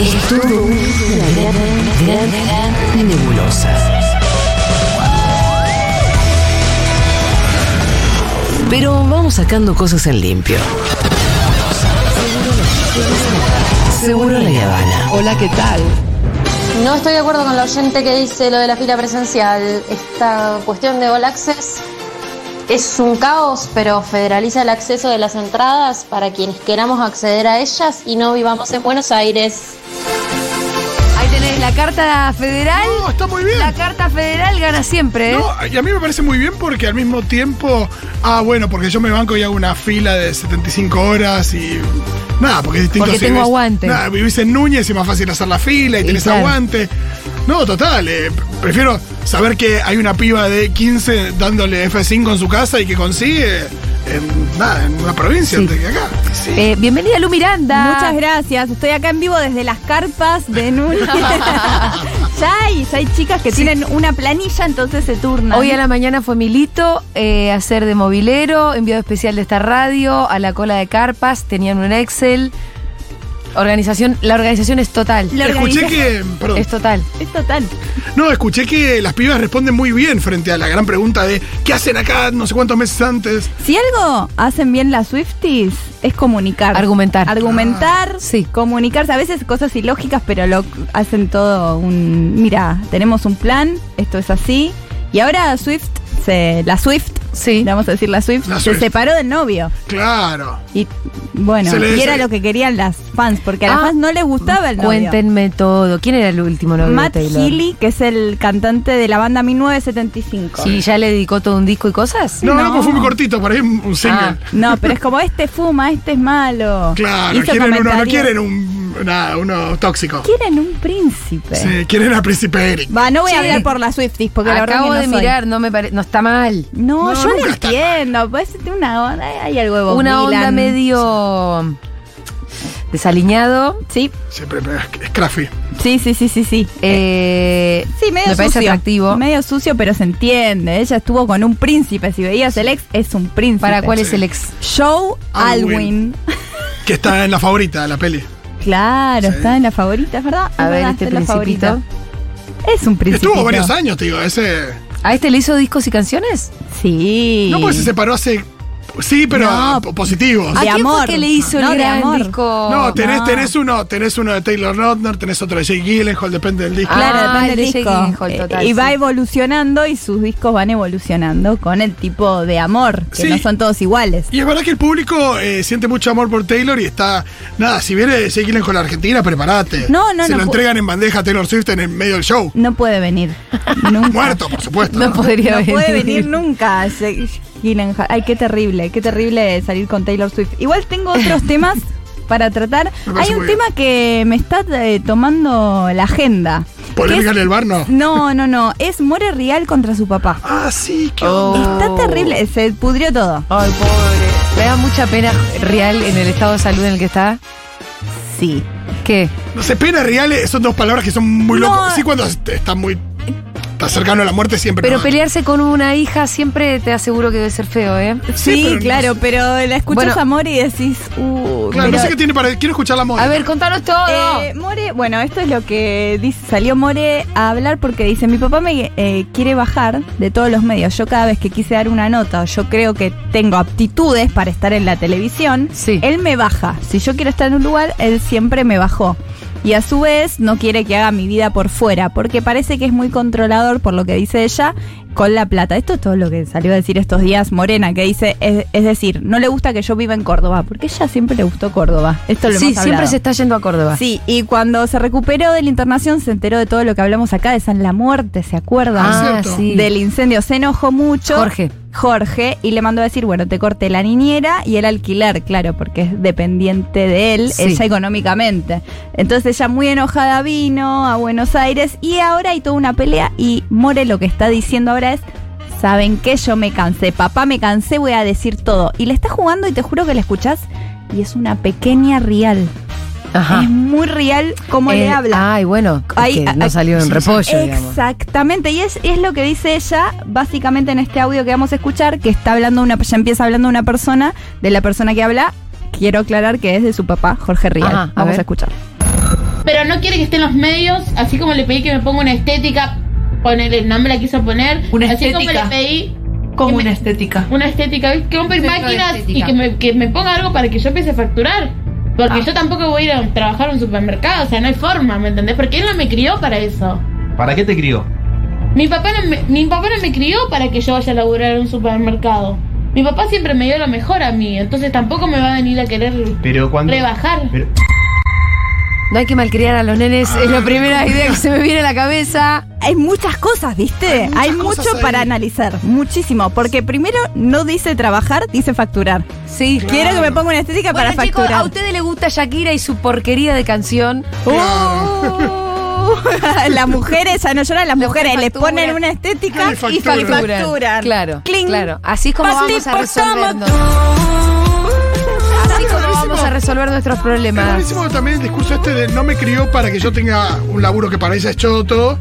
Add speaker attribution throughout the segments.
Speaker 1: Es todo una gran, gran, gran nebulosa. Pero vamos sacando cosas en limpio. Seguro la Habana.
Speaker 2: Hola, ¿qué tal?
Speaker 3: No estoy de acuerdo con la oyente que dice lo de la fila presencial. Esta cuestión de All Access es un caos, pero federaliza el acceso de las entradas para quienes queramos acceder a ellas y no vivamos en Buenos Aires.
Speaker 2: Ahí tenés la carta federal.
Speaker 4: No, está muy bien.
Speaker 2: La carta federal gana siempre, ¿eh?
Speaker 4: No, y a mí me parece muy bien porque al mismo tiempo, ah, bueno, porque yo me banco y hago una fila de 75 horas y nada, porque es distinto.
Speaker 2: Porque
Speaker 4: si
Speaker 2: tengo
Speaker 4: vivís-
Speaker 2: aguante.
Speaker 4: Nada, vivís en Núñez y es más fácil hacer la fila y,
Speaker 2: Y
Speaker 4: tenés
Speaker 2: claro.
Speaker 4: aguante. No, total, eh, prefiero saber que hay una piba de 15 dándole F5 en su casa y que consigue en, nada, en una provincia
Speaker 2: Sí.
Speaker 4: antes que acá. Sí.
Speaker 2: Eh, bienvenida, Lu Miranda.
Speaker 5: Muchas gracias. Estoy acá en vivo desde las carpas de Núñez. ya hay, ya hay chicas que tienen una planilla, entonces se turnan.
Speaker 2: Hoy a la mañana fue Milito eh, a ser de movilero, enviado especial de esta radio, a la cola de carpas, tenían un Excel. Organización, la organización es total.
Speaker 5: La
Speaker 4: Escuché
Speaker 5: organización-
Speaker 4: que. Perdón.
Speaker 2: Es total.
Speaker 5: Es total.
Speaker 4: No, escuché que las pibas responden muy bien frente a la gran pregunta de ¿qué hacen acá no sé cuántos meses antes?
Speaker 5: Si algo hacen bien las Swifties, es comunicar.
Speaker 2: Argumentar. Ah,
Speaker 5: Argumentar,
Speaker 2: Sí.
Speaker 5: comunicarse. A veces cosas ilógicas, pero lo hacen todo un. Mira, tenemos un plan, esto es así. Y ahora Swift, se, la Swift,
Speaker 2: Sí.
Speaker 5: vamos a decir la Swift,
Speaker 4: La
Speaker 5: se
Speaker 4: Swift.
Speaker 5: separó del novio.
Speaker 4: Claro.
Speaker 5: Y bueno,
Speaker 4: Se le-
Speaker 5: y era
Speaker 4: se-
Speaker 5: lo que querían las fans, porque a las
Speaker 2: Ah,
Speaker 5: fans no les gustaba el novio.
Speaker 2: Cuéntenme todo. ¿Quién era el último novio de
Speaker 5: Matt
Speaker 2: Taylor?
Speaker 5: Healy, que es el cantante de la banda 1975.
Speaker 2: ¿Y ya le dedicó todo un disco y cosas?
Speaker 4: No, no,
Speaker 5: No.
Speaker 4: pues fue muy cortito, por ahí un un single.
Speaker 2: Ah.
Speaker 5: No, pero es como este fuma, este es malo.
Speaker 4: Claro,
Speaker 5: Hizo
Speaker 4: quieren uno, no
Speaker 5: comentarios.
Speaker 4: quieren un nada, uno tóxico.
Speaker 5: Quieren un príncipe.
Speaker 4: Sí, quieren a Príncipe Eric.
Speaker 5: Va, no voy
Speaker 2: Sí.
Speaker 5: a hablar por las Swifties, porque la verdad
Speaker 2: Acabo
Speaker 5: que no
Speaker 2: de
Speaker 5: soy.
Speaker 2: mirar, no me parece. No está mal.
Speaker 5: No,
Speaker 4: No,
Speaker 5: yo
Speaker 4: nunca
Speaker 5: no
Speaker 4: está-
Speaker 5: entiendo. Pues tiene una onda, hay algo de Bob
Speaker 2: Una
Speaker 5: Dylan.
Speaker 2: onda medio desaliñado.
Speaker 5: Sí,
Speaker 4: Siempre pero es- es Craffy.
Speaker 5: sí, sí, sí, sí, sí.
Speaker 2: Eh,
Speaker 5: Sí, medio
Speaker 2: me
Speaker 5: sucio.
Speaker 2: parece atractivo.
Speaker 5: Medio sucio, pero se entiende. Ella estuvo con un príncipe. Si veías el ex, es un príncipe.
Speaker 2: ¿Para cuál es
Speaker 4: Sí.
Speaker 2: el ex?
Speaker 5: Joe
Speaker 4: Alwyn.
Speaker 5: Alwyn.
Speaker 4: Que está en la favorita de la peli.
Speaker 5: Claro,
Speaker 4: Sí.
Speaker 5: está en la favorita, es verdad.
Speaker 2: A
Speaker 5: Es
Speaker 2: ver,
Speaker 5: verdad,
Speaker 2: este
Speaker 5: está en la
Speaker 2: principito.
Speaker 5: favorita. Es un principito.
Speaker 4: Estuvo varios ¿eh? años, te digo, ese.
Speaker 2: ¿A este le hizo discos y canciones?
Speaker 5: Sí.
Speaker 4: No, pues se separó hace. Sí, pero
Speaker 5: No.
Speaker 4: ah, po- positivo.
Speaker 5: Ah,
Speaker 2: ¿A
Speaker 5: De
Speaker 2: quién
Speaker 5: amor.
Speaker 2: fue que le hizo
Speaker 5: No,
Speaker 2: el
Speaker 5: de
Speaker 2: gran
Speaker 5: amor.
Speaker 2: disco?
Speaker 4: No, tenés,
Speaker 5: no.
Speaker 4: tenés uno, tenés uno de Taylor Lautner, tenés otro de Jake Gyllenhaal, depende del disco.
Speaker 5: Claro,
Speaker 2: Ah,
Speaker 5: depende
Speaker 2: el
Speaker 5: del
Speaker 2: de
Speaker 5: disco.
Speaker 2: Jake Gyllenhaal, total,
Speaker 5: Eh, y
Speaker 2: sí.
Speaker 5: va evolucionando y sus discos van evolucionando con el tipo de amor, que
Speaker 4: Sí.
Speaker 5: no son todos iguales.
Speaker 4: Y es verdad que el público eh, siente mucho amor por Taylor y está. Nada, si viene Jake Gyllenhaal a Argentina, prepárate.
Speaker 5: No, no,
Speaker 4: Se
Speaker 5: no
Speaker 4: lo
Speaker 5: pu-
Speaker 4: entregan en bandeja a Taylor Swift en el medio del show.
Speaker 5: No puede venir. Nunca.
Speaker 4: Muerto, por supuesto.
Speaker 2: No podría
Speaker 5: No
Speaker 2: venir.
Speaker 5: puede venir nunca. Jake Gyllenhaal. Ay, qué terrible, qué terrible salir con Taylor Swift. Igual tengo otros temas para tratar.
Speaker 4: Me parece
Speaker 5: Hay un
Speaker 4: muy bien.
Speaker 5: tema que me está eh, tomando la agenda. que
Speaker 4: Polémica
Speaker 5: es-
Speaker 4: en el bar, no.
Speaker 5: No, no, no. Es More Real contra su papá.
Speaker 4: Ah, sí, qué
Speaker 2: Oh.
Speaker 5: Está terrible. Se pudrió todo.
Speaker 2: Ay, pobre. Me da mucha pena real en el estado de salud en el que está.
Speaker 5: Sí.
Speaker 2: ¿Qué?
Speaker 4: No sé, pena reales son dos palabras que son muy
Speaker 5: No.
Speaker 4: locas. Sí, cuando est- está muy. Está cercano a la muerte siempre.
Speaker 2: Pero
Speaker 4: ¿no?
Speaker 2: pelearse con una hija siempre te aseguro que debe ser feo, ¿eh?
Speaker 5: Sí,
Speaker 4: Sí, pero no
Speaker 5: claro,
Speaker 4: sé.
Speaker 5: pero la escuchas
Speaker 2: Bueno.
Speaker 5: a More y decís, uh,
Speaker 4: Claro, no
Speaker 5: pero-
Speaker 4: sé qué tiene para. Quiero escuchar la moda.
Speaker 2: A ver, contanos todo.
Speaker 5: Eh, More, bueno, esto es lo que dice, salió More a hablar porque dice, mi papá me eh, quiere bajar de todos los medios. Yo cada vez que quise dar una nota, yo creo que tengo aptitudes para estar en la televisión,
Speaker 2: Sí.
Speaker 5: él me baja. Si yo quiero estar en un lugar, él siempre me bajó. Y a su vez no quiere que haga mi vida por fuera, porque parece que es muy controlador por lo que dice ella con la plata. Esto es todo lo que salió a decir estos días Morena, que dice, es, es decir, no le gusta que yo viva en Córdoba, porque a ella siempre le gustó Córdoba. Esto lo
Speaker 2: sí,
Speaker 5: hemos
Speaker 2: siempre
Speaker 5: hablado.
Speaker 2: se está yendo a Córdoba.
Speaker 5: Sí, y cuando se recuperó de la internación se enteró de todo lo que hablamos acá de San La Muerte, ¿se acuerdan?
Speaker 2: Ah,
Speaker 4: cierto.
Speaker 2: sí.
Speaker 5: Del incendio. Se enojó mucho.
Speaker 2: Jorge.
Speaker 5: Jorge, y le mandó a decir, bueno, te corté la niñera y el alquiler, claro, porque es dependiente de él,
Speaker 2: Sí.
Speaker 5: ella económicamente. Entonces ella muy enojada vino a Buenos Aires y ahora hay toda una pelea y More lo que está diciendo ahora es, ¿saben qué? Yo me cansé, papá me cansé, voy a decir todo. Y le está jugando y te juro que la escuchás y es una pequeña rial.
Speaker 2: Ajá.
Speaker 5: Es muy real cómo le
Speaker 2: Eh,
Speaker 5: habla.
Speaker 2: Ay, bueno,
Speaker 5: Ay,
Speaker 2: que no
Speaker 5: ay,
Speaker 2: salió en
Speaker 4: sí,
Speaker 2: repollo, digamos.
Speaker 5: Exactamente, y es, es lo que dice ella básicamente en este audio que vamos a escuchar, que está hablando una, ya empieza hablando una persona, de la persona que habla, quiero aclarar que es de su papá, Jorge Rial.
Speaker 2: Ajá, a
Speaker 5: Vamos
Speaker 2: ver.
Speaker 5: a escuchar.
Speaker 6: pero no quiere que esté en los medios, así como le pedí que me ponga una estética, poner el nombre la quiso poner,
Speaker 7: Una
Speaker 6: así como
Speaker 7: estética.
Speaker 6: le pedí
Speaker 7: Como
Speaker 6: que
Speaker 7: una
Speaker 6: me-
Speaker 7: estética.
Speaker 6: una estética, ¿viste? que compre
Speaker 7: Centro de
Speaker 6: máquinas y
Speaker 7: estética. Ah.
Speaker 6: que me, que me ponga algo para que yo empiece a facturar. Porque yo tampoco voy a ir a trabajar a un supermercado, o sea, no hay forma, ¿me entendés? Porque él no me crió para eso.
Speaker 8: ¿Para qué te crió?
Speaker 6: Mi papá no me, mi papá no me crió para que yo vaya a laburar en un supermercado. Mi papá siempre me dio lo mejor a mí, entonces tampoco me va a venir a querer
Speaker 8: Pero cuando.
Speaker 6: rebajar.
Speaker 8: Pero-
Speaker 2: No hay que malcriar a los nenes, es la primera idea que se me viene a la cabeza.
Speaker 5: Hay muchas cosas, ¿viste?
Speaker 4: Hay
Speaker 5: Hay,
Speaker 4: muchas cosas
Speaker 5: mucho
Speaker 4: ahí.
Speaker 5: para analizar, muchísimo. Porque primero no dice trabajar, dice facturar.
Speaker 2: Sí,
Speaker 5: Quiero que me ponga una estética
Speaker 2: Bueno,
Speaker 5: para
Speaker 2: chicos,
Speaker 5: facturar.
Speaker 2: a ustedes les gusta Shakira y su porquería de canción.
Speaker 5: Uh, las mujeres ya no lloran, las
Speaker 2: Las
Speaker 5: mujeres
Speaker 2: mujeres
Speaker 5: les
Speaker 2: facturan.
Speaker 5: ponen una estética
Speaker 4: Y
Speaker 5: y facturan.
Speaker 4: facturan.
Speaker 2: Claro,
Speaker 5: Cling.
Speaker 2: claro. Así es como vamos a resolvernos. Así es como vamos a resolver nuestros
Speaker 4: Es
Speaker 2: problemas.
Speaker 4: buenísimo también el discurso este de no me crió para que yo tenga un laburo que para ella es choto,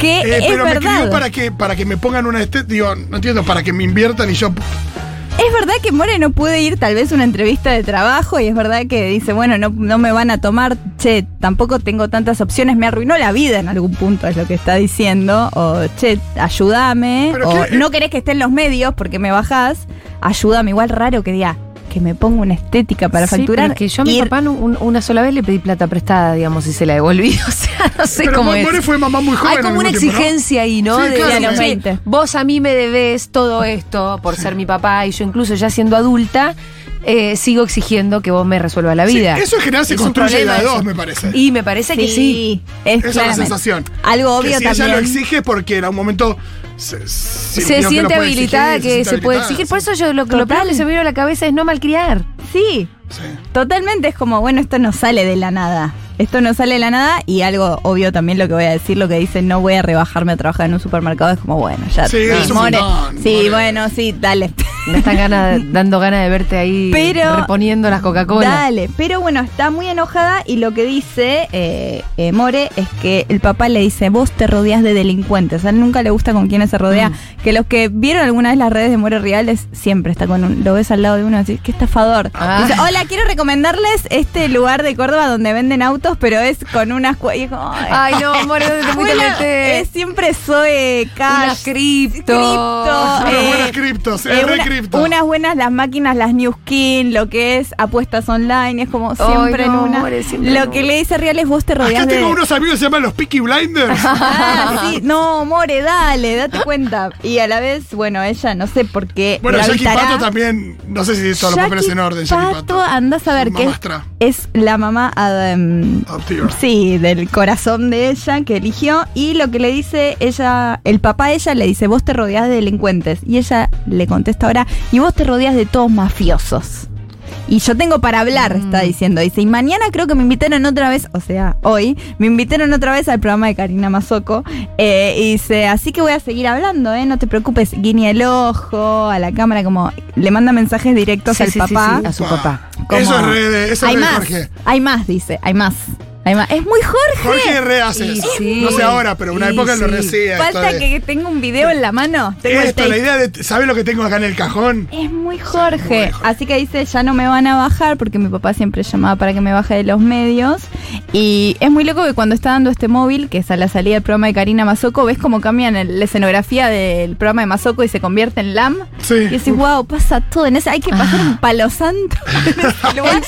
Speaker 5: Que
Speaker 4: eh,
Speaker 5: es
Speaker 4: pero me crió
Speaker 5: verdad.
Speaker 4: para que, para que me pongan una estética, digo, no entiendo, para que me inviertan y yo...
Speaker 5: Es verdad que More no puede ir tal vez a una entrevista de trabajo y es verdad que dice, bueno, no, no me van a tomar, che, tampoco tengo tantas opciones, me arruinó la vida en algún punto, es lo que está diciendo, o che, ayúdame,
Speaker 4: Pero
Speaker 5: o
Speaker 4: qué-
Speaker 5: no querés que esté en los medios porque me bajás, ayúdame, igual raro que diga, que me pongo una estética para
Speaker 2: Sí,
Speaker 5: facturar.
Speaker 2: pero es que yo a mi
Speaker 5: ir-
Speaker 2: papá no- un- una sola vez le pedí plata prestada, digamos, y se la devolví. O sea, no sé
Speaker 4: pero
Speaker 2: cómo
Speaker 4: Mon-
Speaker 2: es.
Speaker 4: More fue mamá muy joven.
Speaker 2: Hay como
Speaker 4: al
Speaker 2: una
Speaker 4: mismo tiempo, ¿no?
Speaker 2: exigencia ahí, ¿no?
Speaker 4: Sí,
Speaker 2: De
Speaker 4: claro,
Speaker 2: decir,
Speaker 5: a los
Speaker 2: "Che,
Speaker 5: 20.
Speaker 2: Vos a mí me debés todo esto por ser mi papá y yo incluso ya siendo adulta eh, sigo exigiendo que vos me resuelvas la
Speaker 4: Sí,
Speaker 2: vida.
Speaker 4: eso en general se
Speaker 2: Es un
Speaker 4: construye de
Speaker 2: problema
Speaker 4: a dos,
Speaker 2: eso.
Speaker 4: me parece.
Speaker 2: Y me parece que sí.
Speaker 4: Esa
Speaker 5: es
Speaker 4: es la
Speaker 5: claramente.
Speaker 4: sensación.
Speaker 5: Algo
Speaker 4: Que
Speaker 5: obvio
Speaker 4: si
Speaker 5: también.
Speaker 4: ella lo exige es porque en algún momento se,
Speaker 2: Se siente habilitada que se puede exigir. Por eso yo lo, que- lo
Speaker 5: Total.
Speaker 2: primero que se me vino a la cabeza es no malcriar.
Speaker 5: Sí, Totalmente es como, bueno, esto no sale de la nada. Esto no sale de la nada y algo obvio también lo que voy a decir, lo que dice, no voy a rebajarme a trabajar en un supermercado, es como, bueno, ya.
Speaker 4: Sí, es un
Speaker 5: more.
Speaker 4: montón,
Speaker 5: sí
Speaker 4: more.
Speaker 5: bueno, sí, dale.
Speaker 2: Me están ganas- dando ganas de verte ahí
Speaker 5: Pero-
Speaker 2: reponiendo las Coca-Cola.
Speaker 5: Dale, pero bueno, está muy enojada y lo que dice eh, eh, More es que el papá le dice, vos te rodeas de delincuentes, a él nunca le gusta con quiénes se rodea, que los que vieron alguna vez las redes de More Reales siempre está con un, lo ves al lado de uno, así, qué estafador.
Speaker 2: Ah.
Speaker 5: Dice, hola, quiero recomendarles este lugar de Córdoba donde venden autos, pero es con unas... cua-". Y es como, "Ay,
Speaker 2: Ay, no, amor, ¿dónde te fuiste a
Speaker 5: abuela,
Speaker 2: meter?
Speaker 5: es siempre soy
Speaker 2: Unas
Speaker 5: cash.
Speaker 2: cripto.
Speaker 5: cripto,
Speaker 4: Unas
Speaker 5: eh,
Speaker 4: buenas criptos,
Speaker 5: eh,
Speaker 4: eh, re
Speaker 5: una-
Speaker 4: cripto.
Speaker 5: unas buenas las máquinas, las New Skin, lo que es apuestas online, es como siempre
Speaker 2: no,
Speaker 5: en una.
Speaker 2: amores, siempre
Speaker 5: lo
Speaker 2: en
Speaker 5: que le dice Real es vos te rodeas
Speaker 4: Acá
Speaker 5: de.
Speaker 4: tengo unos amigos que se llaman los Peaky Blinders.
Speaker 5: Ah, sí, no, More, dale, date cuenta. Y a la vez, bueno, ella no sé por qué.
Speaker 4: Bueno,
Speaker 5: la
Speaker 4: Jackie
Speaker 5: avistará.
Speaker 4: Pato también, no sé si todos los
Speaker 5: Jackie
Speaker 4: papeles en orden, Jackie Pato.
Speaker 5: Pato, andás a ver
Speaker 4: Su
Speaker 5: qué es.
Speaker 4: mamastra.
Speaker 5: Es la mamá um,
Speaker 4: Adoptiva.
Speaker 5: Sí, del corazón de ella que eligió. Y lo que le dice ella, el papá de ella le dice, vos te rodeás de delincuentes. Y ella le contesta ahora, y vos te rodeás de todos mafiosos. Y yo tengo para
Speaker 2: Mm.
Speaker 5: hablar, está diciendo. Dice, y mañana creo que me invitaron otra vez, o sea, hoy, me invitaron otra vez al programa de Karina Mazoco. eh, y dice, así que voy a seguir hablando, ¿eh? No te preocupes, guiña el ojo a la cámara, como le manda mensajes directos
Speaker 2: Sí,
Speaker 5: al
Speaker 2: sí, sí,
Speaker 5: papá.
Speaker 2: sí, a su
Speaker 4: Upa.
Speaker 2: papá.
Speaker 5: Como-
Speaker 4: Eso es re de, eso es
Speaker 5: hay
Speaker 4: re de
Speaker 5: más,
Speaker 4: Jorge.
Speaker 5: hay más, dice, hay más. Hay más. Es muy Jorge.
Speaker 4: Jorge re hace
Speaker 2: Y
Speaker 4: eso.
Speaker 2: sí.
Speaker 4: No sé ahora, pero una
Speaker 2: Y
Speaker 4: época lo
Speaker 2: sí.
Speaker 4: recibe.
Speaker 5: Falta que tenga un video en la mano. Tengo el
Speaker 4: Esto,
Speaker 5: tape.
Speaker 4: la idea de, ¿sabes lo que tengo acá en el cajón?
Speaker 5: Es muy
Speaker 4: Sí, muy
Speaker 5: Jorge.
Speaker 4: Jorge.
Speaker 5: Así que dice, ya no me van a bajar porque mi papá siempre llamaba para que me baje de los medios. Y es muy loco que cuando está dando este móvil, que es a la salida del programa de Karina Mazoco, ves cómo cambian el- la escenografía del programa de Mazoco y se convierte en LAM.
Speaker 4: Sí. Ah.
Speaker 5: Y decís, wow, pasa todo. En ese, hay que pasar un palo santo. en ese lugar.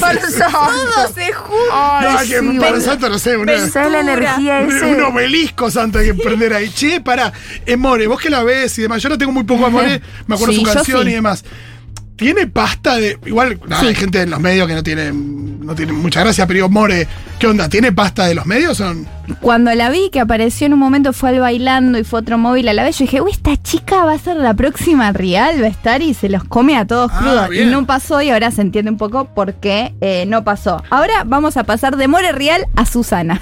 Speaker 5: Todo se junta.
Speaker 4: No, que
Speaker 2: sí,
Speaker 4: para
Speaker 2: boludo.
Speaker 4: santo, no sé, una,
Speaker 5: Pensá
Speaker 2: ¿Sabes la
Speaker 5: Dura.
Speaker 2: energía
Speaker 4: un,
Speaker 2: ese?
Speaker 4: un obelisco santo hay que prender ahí. Che, para, More, vos que la ves y demás. Yo no tengo muy poco a More, me acuerdo
Speaker 5: Sí,
Speaker 4: su
Speaker 5: yo
Speaker 4: canción
Speaker 5: sí.
Speaker 4: y demás. Tiene pasta de. Igual, nada, hay gente en los medios que no tiene, no tiene mucha gracia, pero digo, More, ¿qué onda? ¿Tiene pasta de los medios? o no?
Speaker 5: Cuando la vi que apareció en un momento fue al bailando y fue otro móvil a la vez, yo dije, uy, esta chica va a ser la próxima real, va a estar y se los come a todos
Speaker 4: Ah,
Speaker 5: crudos.
Speaker 4: bien.
Speaker 5: Y no pasó y ahora se entiende un poco por qué eh, no pasó. Ahora vamos a pasar de More Real a Susana.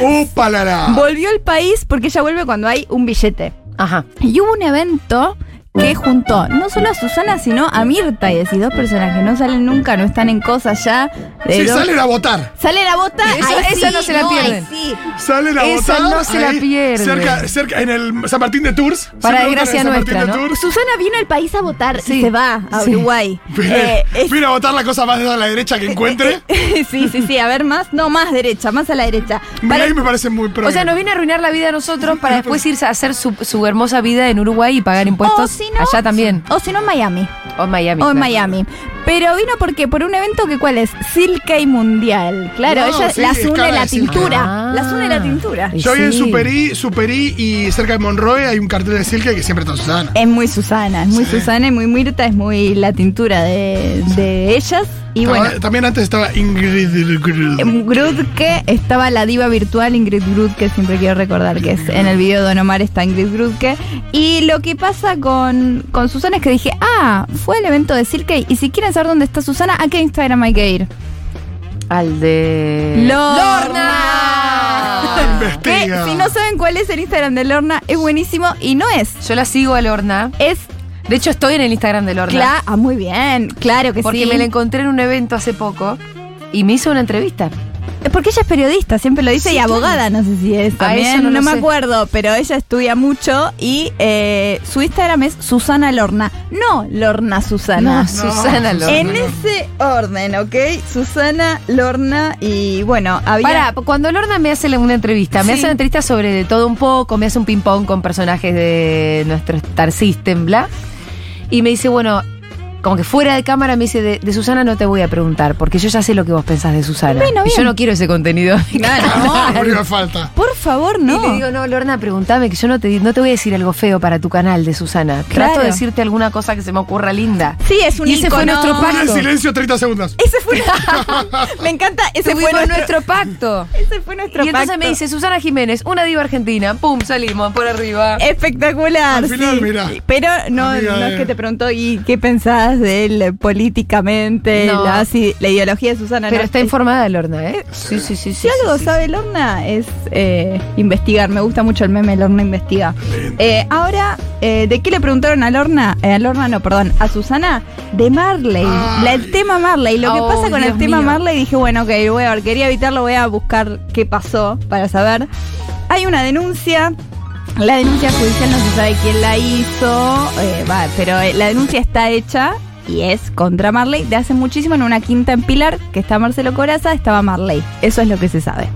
Speaker 4: ¡Upa,
Speaker 2: Ah.
Speaker 4: la, la!
Speaker 5: Volvió al país porque ella vuelve cuando hay un billete.
Speaker 2: Ajá.
Speaker 5: Y hubo un evento que juntó no solo a Susana, sino a Mirta. Y decís, dos personas que no salen nunca, no están en cosas ya. de
Speaker 4: Sí,
Speaker 5: dos-
Speaker 4: salen a votar.
Speaker 5: Salen a votar.
Speaker 2: Eso-
Speaker 5: ahí
Speaker 2: eso
Speaker 5: sí,
Speaker 2: no se la
Speaker 5: ahí
Speaker 2: pierden.
Speaker 5: sí.
Speaker 4: Salen a
Speaker 2: Esa
Speaker 4: votar.
Speaker 2: no se la
Speaker 4: ahí,
Speaker 2: pierden.
Speaker 4: Cerca, cerca, en el San Martín de Tours.
Speaker 2: Para
Speaker 4: Siempre votan en
Speaker 2: desgracia
Speaker 4: San Martín
Speaker 2: nuestra,
Speaker 4: de
Speaker 2: ¿no?
Speaker 4: Tours.
Speaker 5: Susana vino al país a votar
Speaker 2: Sí.
Speaker 5: y se va a
Speaker 2: Sí.
Speaker 5: Uruguay.
Speaker 4: Vino
Speaker 5: Eh, es-
Speaker 4: a votar la cosa más de la derecha que encuentre.
Speaker 5: sí, sí, sí. A ver, más. No, más derecha, más a la derecha. Para-
Speaker 4: Milei me parece muy pro.
Speaker 2: O sea, nos viene a arruinar la vida a nosotros para después irse a hacer su, su hermosa vida en Uruguay y pagar
Speaker 5: o
Speaker 2: impuestos
Speaker 5: si no-
Speaker 2: allá también.
Speaker 5: O si no, en Miami.
Speaker 2: O en Miami.
Speaker 5: O en
Speaker 2: claro.
Speaker 5: Miami. Pero vino porque por un evento que cuál es? Silke Mundial. Claro,
Speaker 4: No,
Speaker 5: ellas
Speaker 4: sí,
Speaker 5: las
Speaker 4: es
Speaker 5: une
Speaker 4: cara
Speaker 5: la
Speaker 4: de Silke.
Speaker 5: tintura.
Speaker 2: Ah.
Speaker 5: Las une la tintura.
Speaker 2: Y
Speaker 4: Yo hoy en
Speaker 2: sí.
Speaker 4: Superí, Superí y cerca de Monroe hay un cartel de Silke que siempre está Susana.
Speaker 5: Es muy Susana, es muy
Speaker 4: Sí.
Speaker 5: Susana, es muy Mirta, es muy la tintura de, de ellas. Y
Speaker 4: Estaba-
Speaker 5: bueno, Eh,
Speaker 4: También antes estaba Ingrid.
Speaker 5: Grudke estaba la diva virtual Ingrid Grudke, siempre quiero recordar que es en el video de Don Omar está Ingrid Grudke. Y lo que pasa con, con Susana es que dije, ah, fue el evento de Silke y si quieren saber dónde está Susana, ¿a qué Instagram hay que ir?
Speaker 2: Al de.
Speaker 5: ¡Lorna!
Speaker 2: ¡Lorna!
Speaker 5: Que
Speaker 4: Investiga.
Speaker 5: si no saben cuál es el Instagram de Lorna, es buenísimo y no es.
Speaker 2: Yo la sigo a Lorna.
Speaker 5: Es
Speaker 2: De hecho, estoy en el Instagram de Lorna.
Speaker 5: Cla ah, muy bien, claro que
Speaker 2: Porque
Speaker 5: sí.
Speaker 2: me la encontré en un evento hace poco y me hizo una entrevista.
Speaker 5: Es Eh, Porque ella es periodista, siempre lo dice, y abogada, no sé si es también,
Speaker 2: eso no
Speaker 5: no,
Speaker 2: lo
Speaker 5: me
Speaker 2: sé.
Speaker 5: acuerdo, pero ella estudia mucho y eh, su Instagram es Susana Lorna, no Lorna Susana.
Speaker 2: No, Ah, Susana
Speaker 4: No,
Speaker 2: Lorna.
Speaker 5: en
Speaker 4: Lorna, no.
Speaker 5: ese orden, ¿ok? Susana Lorna y bueno, había...
Speaker 2: Para, cuando Lorna me hace la- una entrevista, me
Speaker 5: Sí.
Speaker 2: hace una entrevista sobre de todo un poco, me hace un ping-pong con personajes de nuestro Star System, bla. Y me dice, bueno, como que fuera de cámara me dice, de, de Susana no te voy a preguntar, porque yo ya sé lo que vos pensás de Susana.
Speaker 5: Bueno,
Speaker 2: y yo
Speaker 5: bien.
Speaker 2: no quiero ese contenido.
Speaker 4: Ah, no, porque me falta.
Speaker 5: Por favor, no.
Speaker 2: Y le digo, no, Lorna, pregúntame, que yo no te, no te voy a decir algo feo para tu canal de Susana. Trato
Speaker 5: Claro.
Speaker 2: de decirte alguna cosa que se me ocurra linda.
Speaker 5: sí, es un
Speaker 2: Y ese fue
Speaker 5: ícono.
Speaker 2: nuestro
Speaker 4: Pon en
Speaker 2: pacto.
Speaker 4: silencio 30 segundos.
Speaker 5: Ese fue... me encanta, ese fue
Speaker 2: Tuvimos
Speaker 5: nuestro...
Speaker 2: nuestro pacto.
Speaker 5: Ese fue nuestro
Speaker 2: Y entonces
Speaker 5: pacto.
Speaker 2: me dice, Susana Jiménez, una diva argentina. Pum, salimos por arriba.
Speaker 5: Eh, Espectacular.
Speaker 4: Al final,
Speaker 5: sí.
Speaker 4: mirá.
Speaker 5: Pero no,
Speaker 4: Amiga eh.
Speaker 5: no es
Speaker 4: de-
Speaker 5: que te preguntó, ¿y qué pensás de él eh, políticamente?
Speaker 2: No.
Speaker 5: La, si- la ideología de Susana.
Speaker 2: Pero
Speaker 5: no,
Speaker 2: está
Speaker 5: es-
Speaker 2: informada Lorna, ¿eh? Sí, sí, sí.
Speaker 5: Si algo sabe Lorna es eh, investigar. Me gusta mucho el meme Lorna investiga. Eh, ahora, eh, ¿de qué le preguntaron a Lorna? Eh, a Lorna, no, perdón, a Susana de Marley.
Speaker 4: Ay.
Speaker 5: La- el tema Marley. Lo
Speaker 2: Oh,
Speaker 5: que pasa con
Speaker 2: Dios
Speaker 5: el tema
Speaker 2: mío.
Speaker 5: Marley, dije, bueno, ok, voy a ver, quería evitarlo, voy a buscar qué pasó para saber. Hay una denuncia. La denuncia judicial no se sabe quién la hizo, eh, va, pero eh, la denuncia está hecha y es contra Marley de hace muchísimo en una quinta en Pilar, que está Marcelo Coraza, estaba Marley. Eso es lo que se sabe.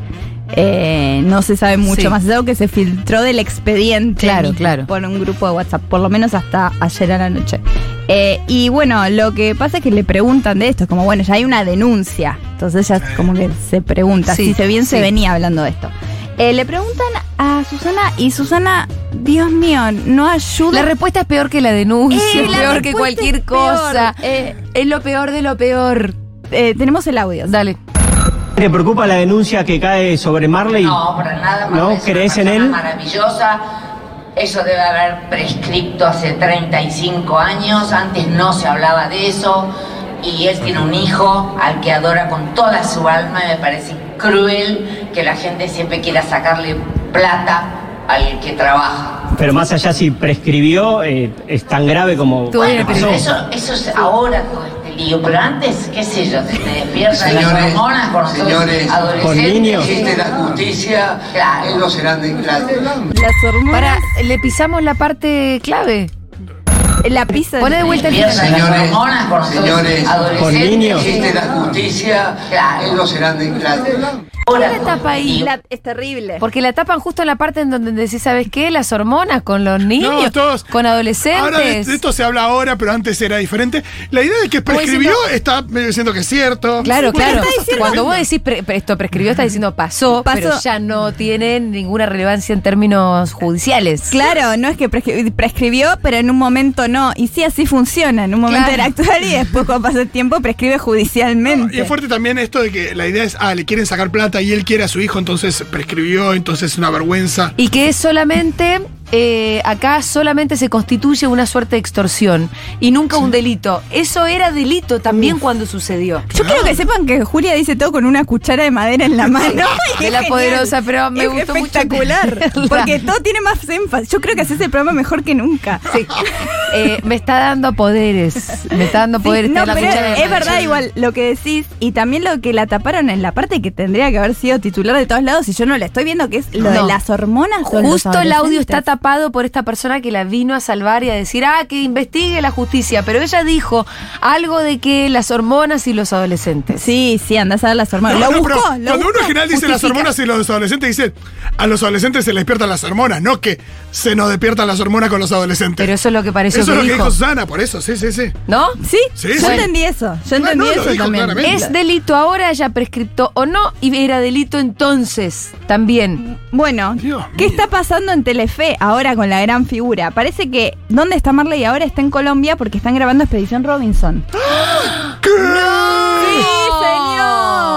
Speaker 5: Eh, no se sabe mucho
Speaker 2: Sí.
Speaker 5: más, es algo que se filtró del expediente
Speaker 2: Claro,
Speaker 5: mismo
Speaker 2: claro.
Speaker 5: por un grupo de WhatsApp, por lo menos hasta ayer a la noche. Eh, y bueno, lo que pasa es que le preguntan de esto, es como bueno, ya hay una denuncia, entonces ya es como que se pregunta,
Speaker 2: Sí,
Speaker 5: si se bien se
Speaker 2: sí.
Speaker 5: venía hablando de esto. Eh, le preguntan a Susana y Susana, Dios mío, no ayuda.
Speaker 2: La respuesta es peor que la denuncia,
Speaker 5: Eh,
Speaker 2: es
Speaker 5: la
Speaker 2: peor que
Speaker 5: respuesta
Speaker 2: cualquier
Speaker 5: es peor.
Speaker 2: cosa.
Speaker 5: Eh,
Speaker 2: Es lo peor de lo peor.
Speaker 5: eh, tenemos el audio.
Speaker 2: Dale.
Speaker 7: ¿Te preocupa la denuncia que cae sobre Marley?
Speaker 8: No, para nada.
Speaker 7: ¿No?
Speaker 8: Marta es una
Speaker 7: ¿Crees en
Speaker 8: persona
Speaker 7: él?
Speaker 8: Maravillosa. Eso debe haber prescripto hace 35 años. Antes no se hablaba de eso. Y él tiene un hijo al que adora con toda su alma. Y me parece cruel que la gente siempre quiera sacarle plata al que trabaja.
Speaker 7: Pero más allá si prescribió, eh, es tan grave como
Speaker 2: Tú bien,
Speaker 7: pasó.
Speaker 8: Pero eso, eso es ahora todo este lío, pero antes, qué sé yo, se te despiertan las
Speaker 9: Señores,
Speaker 8: hormonas con nosotros
Speaker 9: señores,
Speaker 8: adolescentes.
Speaker 7: con niños.
Speaker 9: existe la justicia,
Speaker 8: Claro.
Speaker 9: ellos serán de
Speaker 5: Las
Speaker 2: Para,
Speaker 5: hormonas.
Speaker 2: le pisamos la parte clave.
Speaker 5: la pizza.
Speaker 2: Poné de vuelta el
Speaker 8: Despiertan
Speaker 2: final.
Speaker 8: las
Speaker 9: Señores,
Speaker 8: hormonas con nosotros
Speaker 9: señores,
Speaker 8: adolescentes.
Speaker 7: con niños.
Speaker 9: Existe la justicia,
Speaker 8: Claro.
Speaker 9: ellos serán de
Speaker 8: Ahora
Speaker 2: ¿Qué le
Speaker 8: todo
Speaker 2: tapa ahí?
Speaker 8: lío.
Speaker 5: La- es
Speaker 4: Eh.
Speaker 5: terrible.
Speaker 2: Porque la tapan justo en la parte en donde decís, ¿sabes qué? Las hormonas con los niños,
Speaker 4: todos-
Speaker 2: con adolescentes.
Speaker 4: Ahora de, de esto se habla ahora, pero antes era diferente. La idea de que
Speaker 2: Como
Speaker 4: prescribió está medio diciendo que es cierto.
Speaker 2: Claro,
Speaker 5: Porque
Speaker 2: claro.
Speaker 5: está diciendo-
Speaker 2: Cuando vos decís pre- pre- esto prescribió, está diciendo pasó,
Speaker 5: Pasó.
Speaker 2: pero ya no tiene ninguna relevancia en términos judiciales.
Speaker 5: Claro, no es que prescri- prescribió, pero en un momento no. Y sí, así funciona. En un momento
Speaker 2: Claro.
Speaker 5: era actual y después cuando pasa el tiempo prescribe
Speaker 4: Y
Speaker 5: judicialmente.
Speaker 4: es fuerte también esto de que la idea es, ah, le quieren sacar plata y él quiere a su hijo, entonces prescribió, entonces es una vergüenza.
Speaker 2: Y que es solamente eh, acá solamente se constituye una suerte de extorsión y nunca un delito. Eso era delito también cuando sucedió.
Speaker 5: Yo quiero que sepan que Julia dice todo con una cuchara de madera en la mano. Y
Speaker 2: Ah. De
Speaker 5: es
Speaker 2: la
Speaker 5: genial.
Speaker 2: poderosa, pero me
Speaker 5: es
Speaker 2: gustó mucho
Speaker 5: espectacular.
Speaker 2: tenerla.
Speaker 5: Porque todo tiene más énfasis. Yo creo que haces el programa mejor que nunca.
Speaker 2: Sí. Eh, me está dando poderes. Me está dando
Speaker 5: Sí,
Speaker 2: poderes.
Speaker 5: no,
Speaker 2: tener la
Speaker 5: pero
Speaker 2: cuchara de
Speaker 5: es
Speaker 2: madera.
Speaker 5: verdad igual lo que decís y también lo que la taparon en la parte que tendría que haber sido titular de todos lados y yo no la estoy viendo que es lo de
Speaker 2: No.
Speaker 5: las hormonas. con los
Speaker 2: Justo el audio está
Speaker 5: adolescentes.
Speaker 2: tapado por esta persona que la vino a salvar y a decir, ah, que investigue la justicia. Pero ella dijo algo de que las hormonas y los adolescentes.
Speaker 5: Sí, sí, andás a ver las hormonas.
Speaker 4: No,
Speaker 5: lo
Speaker 4: no, pero
Speaker 5: buscó, lo
Speaker 4: cuando uno
Speaker 5: buscó,
Speaker 4: en general dice las
Speaker 5: justifica.
Speaker 4: hormonas y los adolescentes dicen a los adolescentes se les despiertan las hormonas, no que se nos despiertan las hormonas con los adolescentes.
Speaker 2: Pero eso es lo que pareció
Speaker 4: eso
Speaker 2: que
Speaker 4: es lo que
Speaker 2: dijo.
Speaker 4: dijo Susana, por eso, sí, sí, sí.
Speaker 2: ¿No?
Speaker 5: Sí,
Speaker 4: Sí,
Speaker 5: yo
Speaker 4: sí.
Speaker 5: entendí eso. Yo
Speaker 4: No,
Speaker 5: entendí
Speaker 4: no, lo
Speaker 5: eso
Speaker 4: dijo
Speaker 5: también.
Speaker 4: claramente.
Speaker 2: Es delito ahora, ya prescripto o no, y era delito entonces también.
Speaker 5: Bueno,
Speaker 4: Dios
Speaker 5: ¿qué
Speaker 4: mío.
Speaker 5: está pasando en Telefe ahora con la gran figura? Parece que ¿dónde está Marley ahora? Está en Colombia porque están grabando Expedición Robinson.
Speaker 4: ¿Qué?
Speaker 5: ¡Sí,
Speaker 2: El
Speaker 5: señor!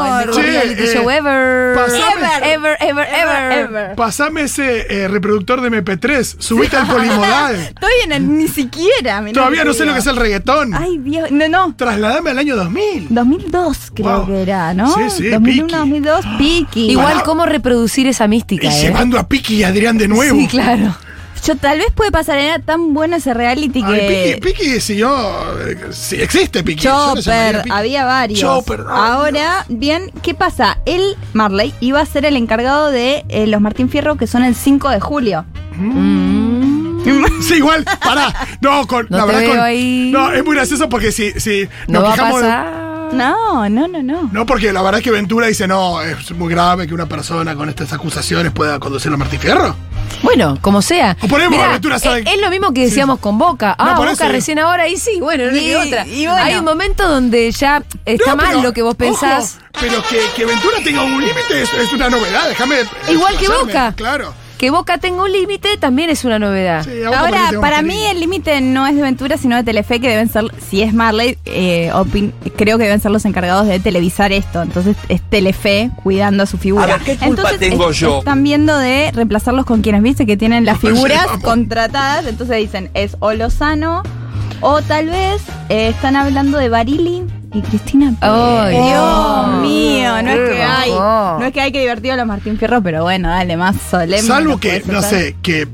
Speaker 2: mejor
Speaker 4: Che,
Speaker 2: reality
Speaker 4: eh,
Speaker 2: show ever.
Speaker 4: pasame-
Speaker 2: Ever, ever, ever.
Speaker 5: Ever.
Speaker 4: Pasame ese eh, reproductor de MP3, subite al polimodal.
Speaker 5: Estoy en el ni siquiera. mirá
Speaker 4: Todavía no sé
Speaker 5: te
Speaker 4: lo que es
Speaker 5: digo.
Speaker 4: el reggaetón.
Speaker 5: Ay, Dios. No, no.
Speaker 4: Trasladame al año 2000.
Speaker 5: 2002 creo
Speaker 4: Wow.
Speaker 5: que era, ¿no?
Speaker 4: Sí, sí,
Speaker 5: 2001,
Speaker 4: Piki.
Speaker 5: 2002, Piki.
Speaker 2: Igual, ¿cómo reproducir esa mística?
Speaker 4: Y
Speaker 2: eh?
Speaker 4: llevando a Piki y Adrián de nuevo.
Speaker 2: Sí, claro.
Speaker 5: Yo tal vez puede pasar, era tan bueno ese reality
Speaker 4: Ay,
Speaker 5: que...
Speaker 4: Piki, Piki siguió. eh, Sí, existe Piki. yo le llamaría
Speaker 5: Chopper,
Speaker 4: Piki.
Speaker 5: había varios.
Speaker 4: Chopper, ay,
Speaker 5: Ahora, bien, ¿qué pasa? Él, Marley, iba a ser el encargado de eh, los Martín Fierro, que son el 5 de julio.
Speaker 4: Sí, igual, pará. No, con,
Speaker 2: No
Speaker 4: la
Speaker 2: te
Speaker 4: verdad,
Speaker 2: veo
Speaker 4: con-
Speaker 2: ahí.
Speaker 4: No, es muy gracioso porque si, si
Speaker 2: No va a
Speaker 4: quejamos-
Speaker 2: pasar.
Speaker 5: No, no, no, no.
Speaker 4: No, porque la verdad es que Ventura dice, no, es muy grave que una persona con estas acusaciones pueda conducir a Martín Fierro.
Speaker 2: Bueno, como sea.
Speaker 4: O ponemos
Speaker 2: Mirá,
Speaker 4: Aventura
Speaker 2: es,
Speaker 4: Sade.
Speaker 2: es lo mismo que decíamos con Boca. Ah,
Speaker 4: por
Speaker 2: Boca
Speaker 4: eso.
Speaker 2: recién ahora y sí, bueno, no le
Speaker 5: Y-
Speaker 2: queda otra.
Speaker 5: y bueno.
Speaker 2: Hay un momento donde ya está
Speaker 4: No,
Speaker 2: mal
Speaker 4: pero,
Speaker 2: lo que vos pensás.
Speaker 4: ojo, pero que, que Ventura tenga un límite es, es una novedad, déjame.
Speaker 2: Igual que
Speaker 4: explayarme,
Speaker 2: Boca.
Speaker 4: Claro.
Speaker 2: Que Boca tenga un límite también es una novedad.
Speaker 4: Sí, a Boca parece que
Speaker 5: Ahora,
Speaker 4: tenga un
Speaker 5: para
Speaker 4: cariño.
Speaker 5: mí el límite no es de Ventura, sino de Telefe, que deben ser, si es Marley, eh, opin- creo que deben ser los encargados de televisar esto. Entonces es Telefe cuidando su figura.
Speaker 10: A ver, ¿qué culpa
Speaker 5: Entonces,
Speaker 10: tengo
Speaker 5: es-
Speaker 10: yo?
Speaker 5: Están viendo de reemplazarlos con quienes viste que tienen las figuras
Speaker 4: vamos.
Speaker 5: contratadas. Entonces dicen, es o Lozano, o tal vez eh, están hablando de Barili y Cristina. Pérez.
Speaker 2: Ay,
Speaker 5: Dios
Speaker 2: no.
Speaker 5: mío, no es
Speaker 2: Qué
Speaker 5: que hay,
Speaker 2: bajón.
Speaker 5: no es que hay que divertido a los Martín Fierro, pero bueno, dale, más solemne.
Speaker 4: Salvo
Speaker 5: no
Speaker 4: que,
Speaker 5: puede ser
Speaker 4: no
Speaker 5: tan-
Speaker 4: sé, que.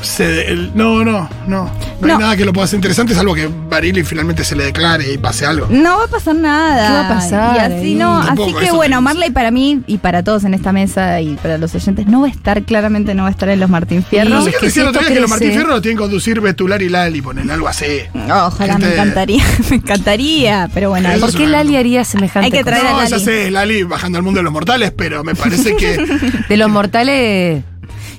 Speaker 4: Se, el- no, no, no. No hay
Speaker 5: No.
Speaker 4: nada que lo pueda hacer interesante, salvo que Barili finalmente se le declare y pase algo.
Speaker 5: No va a pasar nada.
Speaker 2: ¿Qué va a pasar
Speaker 5: Y así
Speaker 2: ahí?
Speaker 5: no,
Speaker 4: Tampoco,
Speaker 5: así que
Speaker 4: eso
Speaker 5: bueno,
Speaker 4: también.
Speaker 5: Marley para mí y para todos en esta mesa y para los oyentes no va a estar, claramente no va a estar en los Martín Fierro.
Speaker 4: No sé
Speaker 2: es
Speaker 4: qué
Speaker 2: que
Speaker 4: decía
Speaker 2: si
Speaker 4: el otro
Speaker 2: esto
Speaker 4: día que los
Speaker 2: crece-
Speaker 4: Martín Fierro lo tienen que conducir Betular y Lali, ponen algo así.
Speaker 5: Ojalá me
Speaker 4: Gente-
Speaker 5: encantaría, me encantaría, pero bueno,
Speaker 4: Eso
Speaker 2: ¿Por
Speaker 4: es
Speaker 2: qué
Speaker 4: una-
Speaker 2: Lali haría semejante
Speaker 5: Hay que
Speaker 2: cosa?
Speaker 5: traer a
Speaker 4: No, ya
Speaker 5: Lali.
Speaker 4: sé, Lali bajando al mundo de los mortales, pero me parece que.
Speaker 2: De los mortales.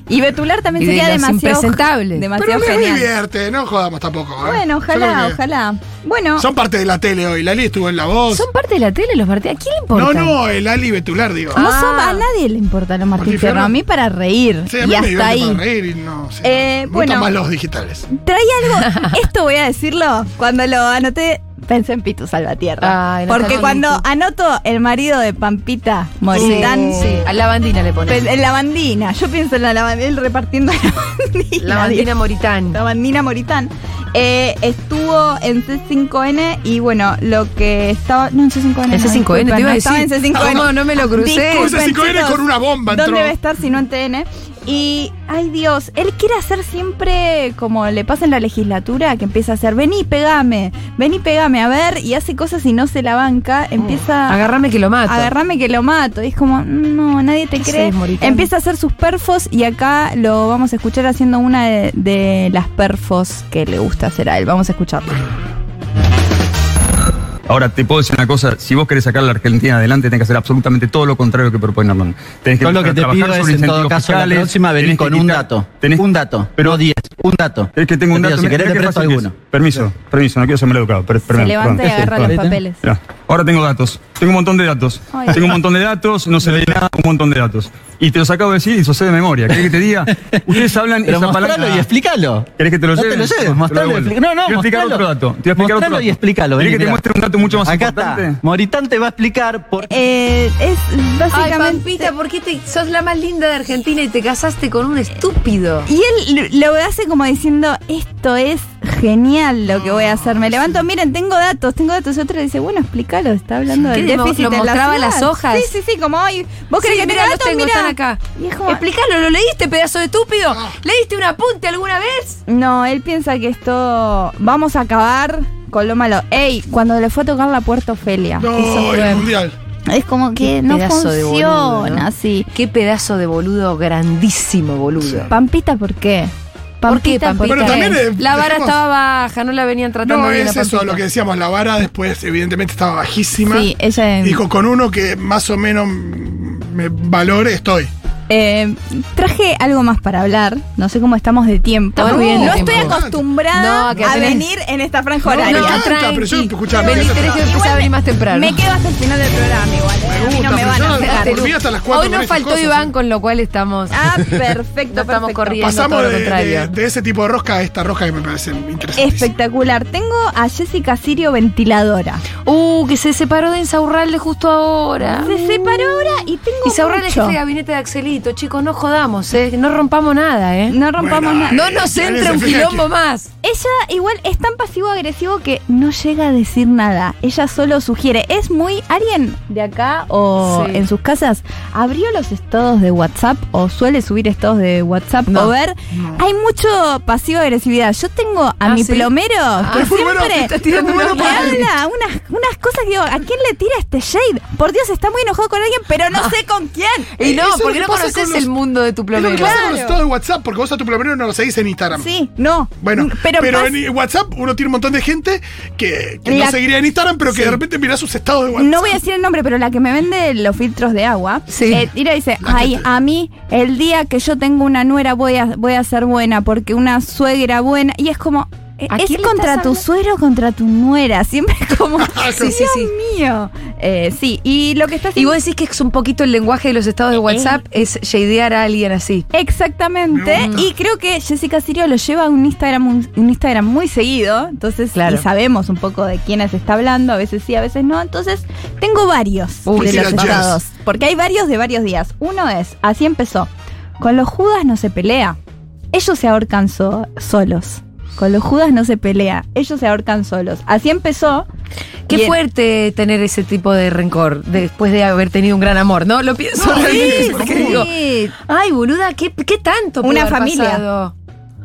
Speaker 5: y Betular también
Speaker 2: Y de
Speaker 5: sería
Speaker 2: los
Speaker 5: demasiado
Speaker 2: impresentables.
Speaker 5: demasiado
Speaker 4: pero me
Speaker 5: genial.
Speaker 4: divierte, no jodamos tampoco. ¿eh?
Speaker 5: Bueno,
Speaker 4: Yo
Speaker 5: ojalá,
Speaker 4: creo que
Speaker 5: ojalá. Bueno,
Speaker 4: Son parte de la tele hoy. Lali estuvo en La Voz.
Speaker 2: ¿Son parte de la tele los Martínez? ¿A quién le importa?
Speaker 4: No, no, el Ali Betular, digo.
Speaker 5: no
Speaker 2: Ah.
Speaker 5: son- a nadie le importa los Martín
Speaker 4: Martín
Speaker 5: Fierro,
Speaker 4: Fierro.
Speaker 5: a mí para reír
Speaker 4: Sí, a
Speaker 5: y
Speaker 4: mí me
Speaker 5: hasta
Speaker 4: divierte
Speaker 5: ahí.
Speaker 4: para reír y no. sí,
Speaker 5: Eh,
Speaker 4: me gustan
Speaker 5: bueno.
Speaker 4: más los digitales.
Speaker 5: Trae algo, esto voy a decirlo, cuando lo anoté pensé en Pitu Salvatierra.
Speaker 2: Ay, no
Speaker 5: porque
Speaker 2: está
Speaker 5: cuando
Speaker 2: bonito.
Speaker 5: anoto el marido de Pampita Moritán,
Speaker 2: Sí, a la bandina le
Speaker 5: pe-
Speaker 2: ponen.
Speaker 5: en la bandina, yo pienso en la lavandina, él repartiendo la bandina.
Speaker 2: La bandina moritán.
Speaker 5: La bandina Moritán. Eh, estuvo en C5N y bueno, lo que estaba. No, en C5N. no,
Speaker 2: En C5N,
Speaker 5: disculpen,
Speaker 2: te iba a
Speaker 5: no estaba en
Speaker 2: decir.
Speaker 5: C5N.
Speaker 2: ¿Cómo no me lo crucé?
Speaker 5: Disculpen,
Speaker 4: En C5N
Speaker 5: chicos,
Speaker 4: con una bomba
Speaker 5: ¿Dónde
Speaker 4: entró.
Speaker 5: va a estar si no en TN? Y, ay Dios, él quiere hacer siempre como le pasa en la legislatura, que empieza a hacer, vení, pegame, vení, pegame, a ver, y hace cosas y no se la banca, empieza...
Speaker 2: Agarrame que lo mato.
Speaker 5: Agarrame que lo mato. Y es como, no, nadie te
Speaker 2: Sí,
Speaker 5: cree.
Speaker 2: Moritán.
Speaker 5: Empieza a hacer sus perfos y acá lo vamos a escuchar haciendo una de, de las perfos que le gusta hacer a él. Vamos a escucharlo.
Speaker 10: Ahora, te puedo decir una cosa, si vos querés sacar a la Argentina adelante, tenés que hacer absolutamente todo lo contrario que propone Armando. Tenés
Speaker 7: Yo lo
Speaker 10: empezar
Speaker 7: que
Speaker 10: a
Speaker 7: te
Speaker 10: trabajar
Speaker 7: pido es,
Speaker 10: sobre
Speaker 7: en todo
Speaker 10: incentivos
Speaker 7: caso, la
Speaker 10: fiscales,
Speaker 7: próxima venís
Speaker 10: tenés que
Speaker 7: con un
Speaker 10: quitar-
Speaker 7: dato,
Speaker 10: tenés-
Speaker 7: un dato,
Speaker 10: Pero-
Speaker 7: no 10, un dato.
Speaker 10: Es que tengo un
Speaker 7: Te pido,
Speaker 10: dato.
Speaker 7: si
Speaker 10: mirá-
Speaker 7: querés
Speaker 10: mirá qué
Speaker 7: te presto
Speaker 10: fácil que es.
Speaker 7: alguno.
Speaker 10: Permiso, permiso, no quiero ser mal educado. per-
Speaker 5: Se
Speaker 10: perdón,
Speaker 5: levanta y
Speaker 10: perdón.
Speaker 5: agarra los papeles.
Speaker 10: Mirá, ahora tengo datos. Tengo un montón de datos.
Speaker 5: Ay.
Speaker 10: Tengo un montón de datos, no se ve nada, un montón de datos. Y te los acabo de decir y eso sé de memoria. ¿Querés que te diga? Ustedes hablan
Speaker 7: Pero
Speaker 10: esa
Speaker 7: mostralo
Speaker 10: palabra.
Speaker 7: y explícalo.
Speaker 10: ¿Querés que te lo
Speaker 7: No
Speaker 10: lleve?
Speaker 7: te lo lleves, mostralo y
Speaker 10: devuelvo.
Speaker 7: explica- no, no,
Speaker 10: Te voy a explicar
Speaker 7: mostralo.
Speaker 10: otro dato. Te voy a explicar otro
Speaker 7: Mostralo
Speaker 10: dato.
Speaker 7: y explícalo,
Speaker 10: ¿Querés
Speaker 7: vení,
Speaker 10: que te
Speaker 7: mirá.
Speaker 10: muestre un dato mucho más
Speaker 11: Acá
Speaker 10: importante.
Speaker 11: está. Moritán te va a explicar por qué.
Speaker 5: Eh, es
Speaker 2: Ay,
Speaker 5: básicamente.
Speaker 2: Pampita, ¿por qué te, sos la más linda de Argentina y te casaste con un estúpido?
Speaker 5: Y él lo lo hace como diciendo, esto es genial lo que voy a hacer. Me levanto, miren, tengo datos, tengo datos. Y otro dice, bueno, explícalo, está hablando
Speaker 2: ¿Qué
Speaker 5: del
Speaker 2: demo-
Speaker 5: déficit
Speaker 2: lo
Speaker 5: en la
Speaker 2: mostraba
Speaker 5: ciudad".
Speaker 2: las hojas?
Speaker 5: Sí, sí, sí, como hoy. ¿Vos
Speaker 2: Sí,
Speaker 5: crees
Speaker 2: mirá,
Speaker 5: que tenga
Speaker 2: los
Speaker 5: datos?
Speaker 2: tengo,
Speaker 5: Mirá.
Speaker 2: están acá.
Speaker 5: Y es como-
Speaker 2: Explícalo, ¿lo leíste, pedazo de estúpido? ¿Leíste un apunte alguna vez?
Speaker 5: No, él piensa que esto. Vamos a acabar con lo malo. Ey, cuando le fue a tocar la puerta Ofelia.
Speaker 4: No,
Speaker 5: eso
Speaker 4: el
Speaker 5: fue-
Speaker 4: mundial.
Speaker 5: Es como que no
Speaker 2: pedazo de boludo,
Speaker 5: funciona
Speaker 2: ¿no?
Speaker 5: así.
Speaker 2: Qué pedazo de boludo, grandísimo boludo.
Speaker 5: Pampita, ¿por qué?
Speaker 2: ¿Por qué,
Speaker 5: Pampita,
Speaker 2: Pampita?
Speaker 4: Pero también, eh,
Speaker 2: la vara
Speaker 4: dejemos-
Speaker 2: estaba baja, no la venían tratando
Speaker 4: No,
Speaker 2: bien
Speaker 4: es
Speaker 2: a
Speaker 4: eso
Speaker 2: Pampita.
Speaker 4: lo que decíamos, la vara después evidentemente estaba bajísima.
Speaker 5: Sí, ella. em,
Speaker 4: Dijo, con uno que más o menos me valore, estoy.
Speaker 5: em, traje algo más para hablar. No sé cómo estamos de tiempo.
Speaker 2: Estamos bien de
Speaker 5: no
Speaker 2: tiempo.
Speaker 5: estoy
Speaker 2: No,
Speaker 5: acostumbrada
Speaker 2: que
Speaker 5: a
Speaker 2: tenés-
Speaker 5: venir en esta franja
Speaker 4: No,
Speaker 5: horaria.
Speaker 4: me encanta,
Speaker 2: tranqui.
Speaker 4: pero yo escuchame,
Speaker 2: Vení,
Speaker 4: eso-
Speaker 2: tenés que empezar a venir más temprano.
Speaker 5: Me quedo hasta el final del programa igual. eh. a mí no
Speaker 4: gusta,
Speaker 5: me
Speaker 4: pero
Speaker 5: van
Speaker 4: yo
Speaker 5: a
Speaker 4: no-
Speaker 5: pegar.
Speaker 4: Volví hasta las cuatro
Speaker 2: Hoy
Speaker 4: con
Speaker 2: nos
Speaker 4: esas
Speaker 2: faltó
Speaker 4: cosas,
Speaker 2: Iván,
Speaker 4: ¿eh?
Speaker 2: con lo cual estamos.
Speaker 5: Ah, perfecto,
Speaker 2: No estamos
Speaker 5: perfecto.
Speaker 2: corriendo.
Speaker 4: Pasamos
Speaker 2: todo lo
Speaker 4: de,
Speaker 2: contrario.
Speaker 4: de- de ese tipo de rosca a esta rosca que me parece interesante.
Speaker 5: Espectacular. Tengo a Jessica Sirio ventiladora.
Speaker 2: Uh, que se separó de Insaurralde justo ahora.
Speaker 5: Se separó ahora y tengo
Speaker 2: Insaurralde es
Speaker 5: mucho.
Speaker 2: jefe de gabinete de Axelito, chicos, no jodamos, ¿eh? No rompamos nada, ¿eh?
Speaker 5: No rompamos
Speaker 4: Bueno,
Speaker 5: nada.
Speaker 2: No nos
Speaker 4: Nadie
Speaker 2: entra
Speaker 4: se
Speaker 2: un
Speaker 4: fija
Speaker 2: quilombo
Speaker 4: que-
Speaker 2: más.
Speaker 5: Ella igual es tan pasivo-agresivo que no llega a decir nada. Ella solo sugiere. Es muy... Alguien de acá o
Speaker 2: Sí.
Speaker 5: en sus casas abrió los estados de WhatsApp o suele subir estados de WhatsApp
Speaker 2: No.
Speaker 5: o ver. Hay mucho pasivo-agresividad. Yo tengo a
Speaker 2: Ah,
Speaker 5: mi
Speaker 2: ¿sí?
Speaker 5: plomero que
Speaker 4: es muy bueno,
Speaker 5: siempre
Speaker 4: está tirando
Speaker 5: me
Speaker 4: una
Speaker 5: habla
Speaker 4: buena
Speaker 5: unas, unas cosas que digo, ¿a quién le tira este shade? Por Dios, está muy enojado con alguien, pero no sé con quién.
Speaker 2: Ah. Y
Speaker 4: Eh,
Speaker 2: no,
Speaker 4: eso es lo
Speaker 2: porque
Speaker 4: que
Speaker 2: no
Speaker 4: pasa
Speaker 2: conoces
Speaker 4: con los-
Speaker 2: el mundo de tu
Speaker 4: Es lo
Speaker 2: plomero.
Speaker 4: que pasa con los
Speaker 5: Claro.
Speaker 4: estados de WhatsApp, porque vos a tu plomero no lo seguís en Instagram.
Speaker 5: Sí, Mm, no.
Speaker 4: Bueno,
Speaker 5: N-
Speaker 4: pero,
Speaker 5: pas-
Speaker 4: en WhatsApp uno tiene un montón de gente que, que
Speaker 5: La-
Speaker 4: no seguiría en Instagram, pero que de repente mirá sus estados de WhatsApp.
Speaker 5: No voy a decir el nombre, pero la que me vende los filtros de agua.
Speaker 2: Sí.
Speaker 5: eh, tira y dice, ay, a mí el día que yo tengo una nuera voy a, voy a ser buena, porque una suegra buena. Y es como, eh,
Speaker 2: ¿A
Speaker 5: ¿es
Speaker 2: quién le
Speaker 5: contra
Speaker 2: estás
Speaker 5: tu
Speaker 2: hablando?
Speaker 5: suegro o contra tu nuera? Siempre como,
Speaker 4: Sí,
Speaker 5: Dios
Speaker 2: sí, sí.
Speaker 5: mío. Eh, sí, y lo que está
Speaker 2: Y
Speaker 5: haciendo...
Speaker 2: vos decís que es un poquito el lenguaje de los estados
Speaker 5: Eh,
Speaker 2: de WhatsApp, es shadear a alguien así.
Speaker 5: Exactamente, y creo que Jessica Sirio lo lleva a un Instagram, un, un Instagram muy seguido, entonces
Speaker 2: Claro.
Speaker 5: y sabemos un poco de quiénes está hablando, a veces sí, a veces no, entonces tengo varios
Speaker 2: Uy,
Speaker 5: de
Speaker 4: sí,
Speaker 5: los
Speaker 4: la jazz.
Speaker 5: estados, porque hay varios de varios días. Uno es, así empezó, con los judas no se pelea, ellos se ahorcan so- solos. Con los judas no se pelea, ellos se ahorcan solos. Así empezó.
Speaker 2: Qué
Speaker 5: Bien.
Speaker 2: fuerte tener ese tipo de rencor después de haber tenido un gran amor, ¿no? Lo pienso
Speaker 4: No, sí,
Speaker 2: realmente, porque
Speaker 4: sí.
Speaker 2: digo, ay, boluda, ¿qué, qué tanto pudo
Speaker 5: Una
Speaker 2: haber
Speaker 5: familia.
Speaker 2: pasado?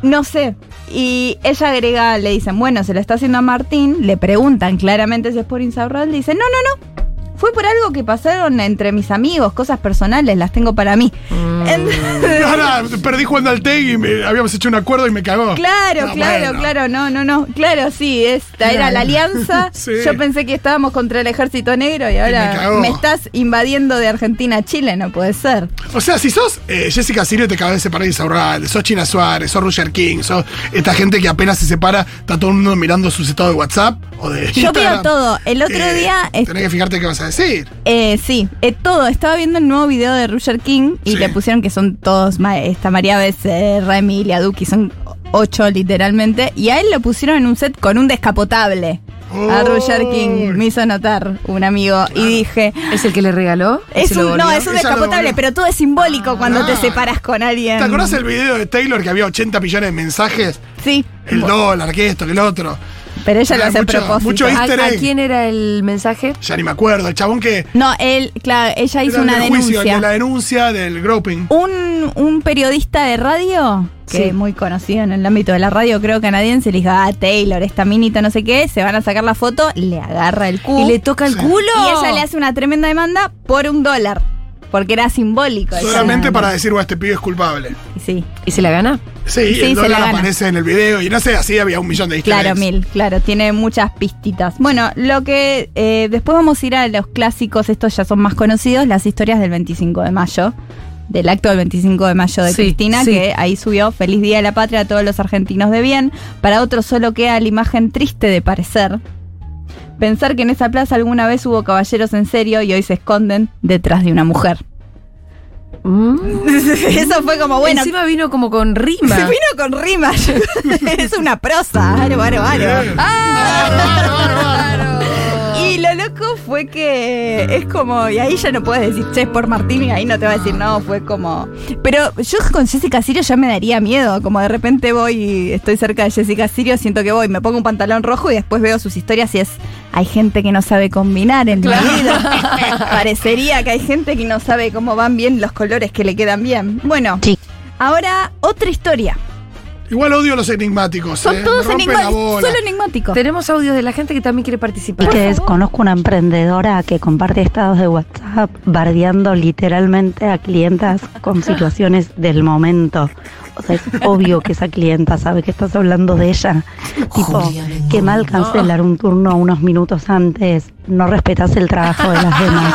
Speaker 5: No sé. Y ella agrega, le dicen, bueno, se lo está haciendo a Martín. Le preguntan claramente si es por Insaurralde. Dice, no, no, no. Fue por algo que pasaron entre mis amigos, cosas personales, las tengo para mí.
Speaker 4: Mm.
Speaker 5: Entonces,
Speaker 4: Ahora perdí jugando al TEG y me- habíamos hecho un acuerdo y me cagó.
Speaker 5: claro,
Speaker 4: No,
Speaker 5: claro,
Speaker 4: bueno.
Speaker 5: claro, no, no, no. Claro, sí, esta era la alianza.
Speaker 4: Sí.
Speaker 5: Yo pensé que estábamos contra el ejército negro y
Speaker 4: me
Speaker 5: ahora
Speaker 4: cagó.
Speaker 5: me, estás invadiendo de Argentina a Chile, no puede ser.
Speaker 4: O sea, si sos eh, Jessica Sirio, te acabas de separar de Isaurral, sos China Suárez, sos Roger King, sos esta gente que apenas se separa, está todo el mundo mirando sus estados de WhatsApp o de
Speaker 5: Yo veo
Speaker 4: Instagram.
Speaker 5: todo. El otro
Speaker 4: Eh,
Speaker 5: día
Speaker 4: Tenés que fijarte qué vas a decir.
Speaker 5: Eh, sí, eh, todo. Estaba viendo el nuevo video de Roger King y
Speaker 4: Sí.
Speaker 5: le pusieron que son todos, ma- está María Becerra, Emilia Duki, son ocho literalmente. Y a él lo pusieron en un set con un descapotable. A Roger King me hizo notar un amigo y dije...
Speaker 2: ¿Es el que le regaló?
Speaker 5: Es
Speaker 2: ¿Se lo
Speaker 5: un, no,
Speaker 2: volvió?
Speaker 5: es un
Speaker 4: Esa lo
Speaker 5: descapotable,
Speaker 4: volvió.
Speaker 5: pero todo es simbólico cuando te
Speaker 4: claro.
Speaker 5: separas con alguien.
Speaker 4: ¿Te acordás el video de Taylor que había 80 millones de mensajes?
Speaker 5: Sí,
Speaker 4: El dólar, que esto, que el otro.
Speaker 5: pero ella lo
Speaker 4: Era
Speaker 5: hace
Speaker 4: mucho-
Speaker 5: a propósito. Ah,
Speaker 4: mucho
Speaker 2: ¿A,
Speaker 4: Easter
Speaker 2: a
Speaker 4: egg.
Speaker 2: quién era el mensaje?
Speaker 4: Ya ni me acuerdo. El chabón que.
Speaker 5: No, él, claro, ella hizo
Speaker 4: era
Speaker 5: una
Speaker 4: del juicio,
Speaker 5: denuncia.
Speaker 4: de la denuncia del groping.
Speaker 5: un, un periodista de radio, que
Speaker 2: Sí.
Speaker 5: es muy conocido en el ámbito de la radio, creo canadiense, le dijo, ah, Taylor, esta minita, no sé qué, se van a sacar la foto, le agarra el culo.
Speaker 2: ¿Y le toca el
Speaker 4: Sí.
Speaker 2: culo?
Speaker 5: Uh. y ella le hace una tremenda demanda por un dólar, porque era simbólico. esa
Speaker 2: Ah.
Speaker 4: Solamente
Speaker 5: demanda.
Speaker 4: para decir, bueno, este pibe es culpable.
Speaker 5: Sí,
Speaker 2: ¿Y se la gana?
Speaker 4: Sí,
Speaker 5: Sí, se
Speaker 4: el
Speaker 5: la
Speaker 4: dólar
Speaker 5: gana.
Speaker 4: aparece en el video y no sé, así había un millón de easter
Speaker 5: claro,
Speaker 4: eggs.
Speaker 5: mil, claro, tiene muchas pistitas. Bueno, lo que eh, después vamos a ir a los clásicos, estos ya son más conocidos, las historias del 25 de mayo. Del acto del 25 de mayo de
Speaker 2: Sí,
Speaker 5: Cristina,
Speaker 2: sí.
Speaker 5: que ahí subió Feliz Día de la Patria a todos los argentinos de bien. Para otros solo queda la imagen triste de parecer. Pensar que en esa plaza alguna vez hubo caballeros en serio y hoy se esconden detrás de una mujer. Eso fue como, bueno,
Speaker 2: Mm. Encima vino como con rima.
Speaker 5: se vino con rimas. es una prosa. Aro, aro, aro.
Speaker 4: Claro, claro, claro, claro.
Speaker 5: Y fue que es como, y ahí ya no puedes decir, che, es por Martín, y ahí no te va a decir, no, fue como... Pero yo con Jessica Sirio ya me daría miedo, como de repente voy y estoy cerca de Jessica Sirio, siento que voy, me pongo un pantalón rojo y después veo sus historias y es, hay gente que no sabe combinar en la vida. Parecería que hay gente que no sabe cómo van bien los colores que le quedan bien. Bueno, ahora otra historia.
Speaker 4: Igual odio los enigmáticos.
Speaker 5: Son
Speaker 4: eh,
Speaker 5: todos
Speaker 4: me rompen Eh, la
Speaker 5: enigma-
Speaker 4: bola.
Speaker 5: solo enigmáticos.
Speaker 2: Tenemos audios de la gente que también quiere participar.
Speaker 12: Y que desconozco una emprendedora que comparte estados de WhatsApp bardeando literalmente a clientas con situaciones del momento. O sea, es obvio que esa clienta sabe que estás hablando de ella. Tipo, qué mal cancelar un turno unos minutos antes. No respetas el trabajo de las demás.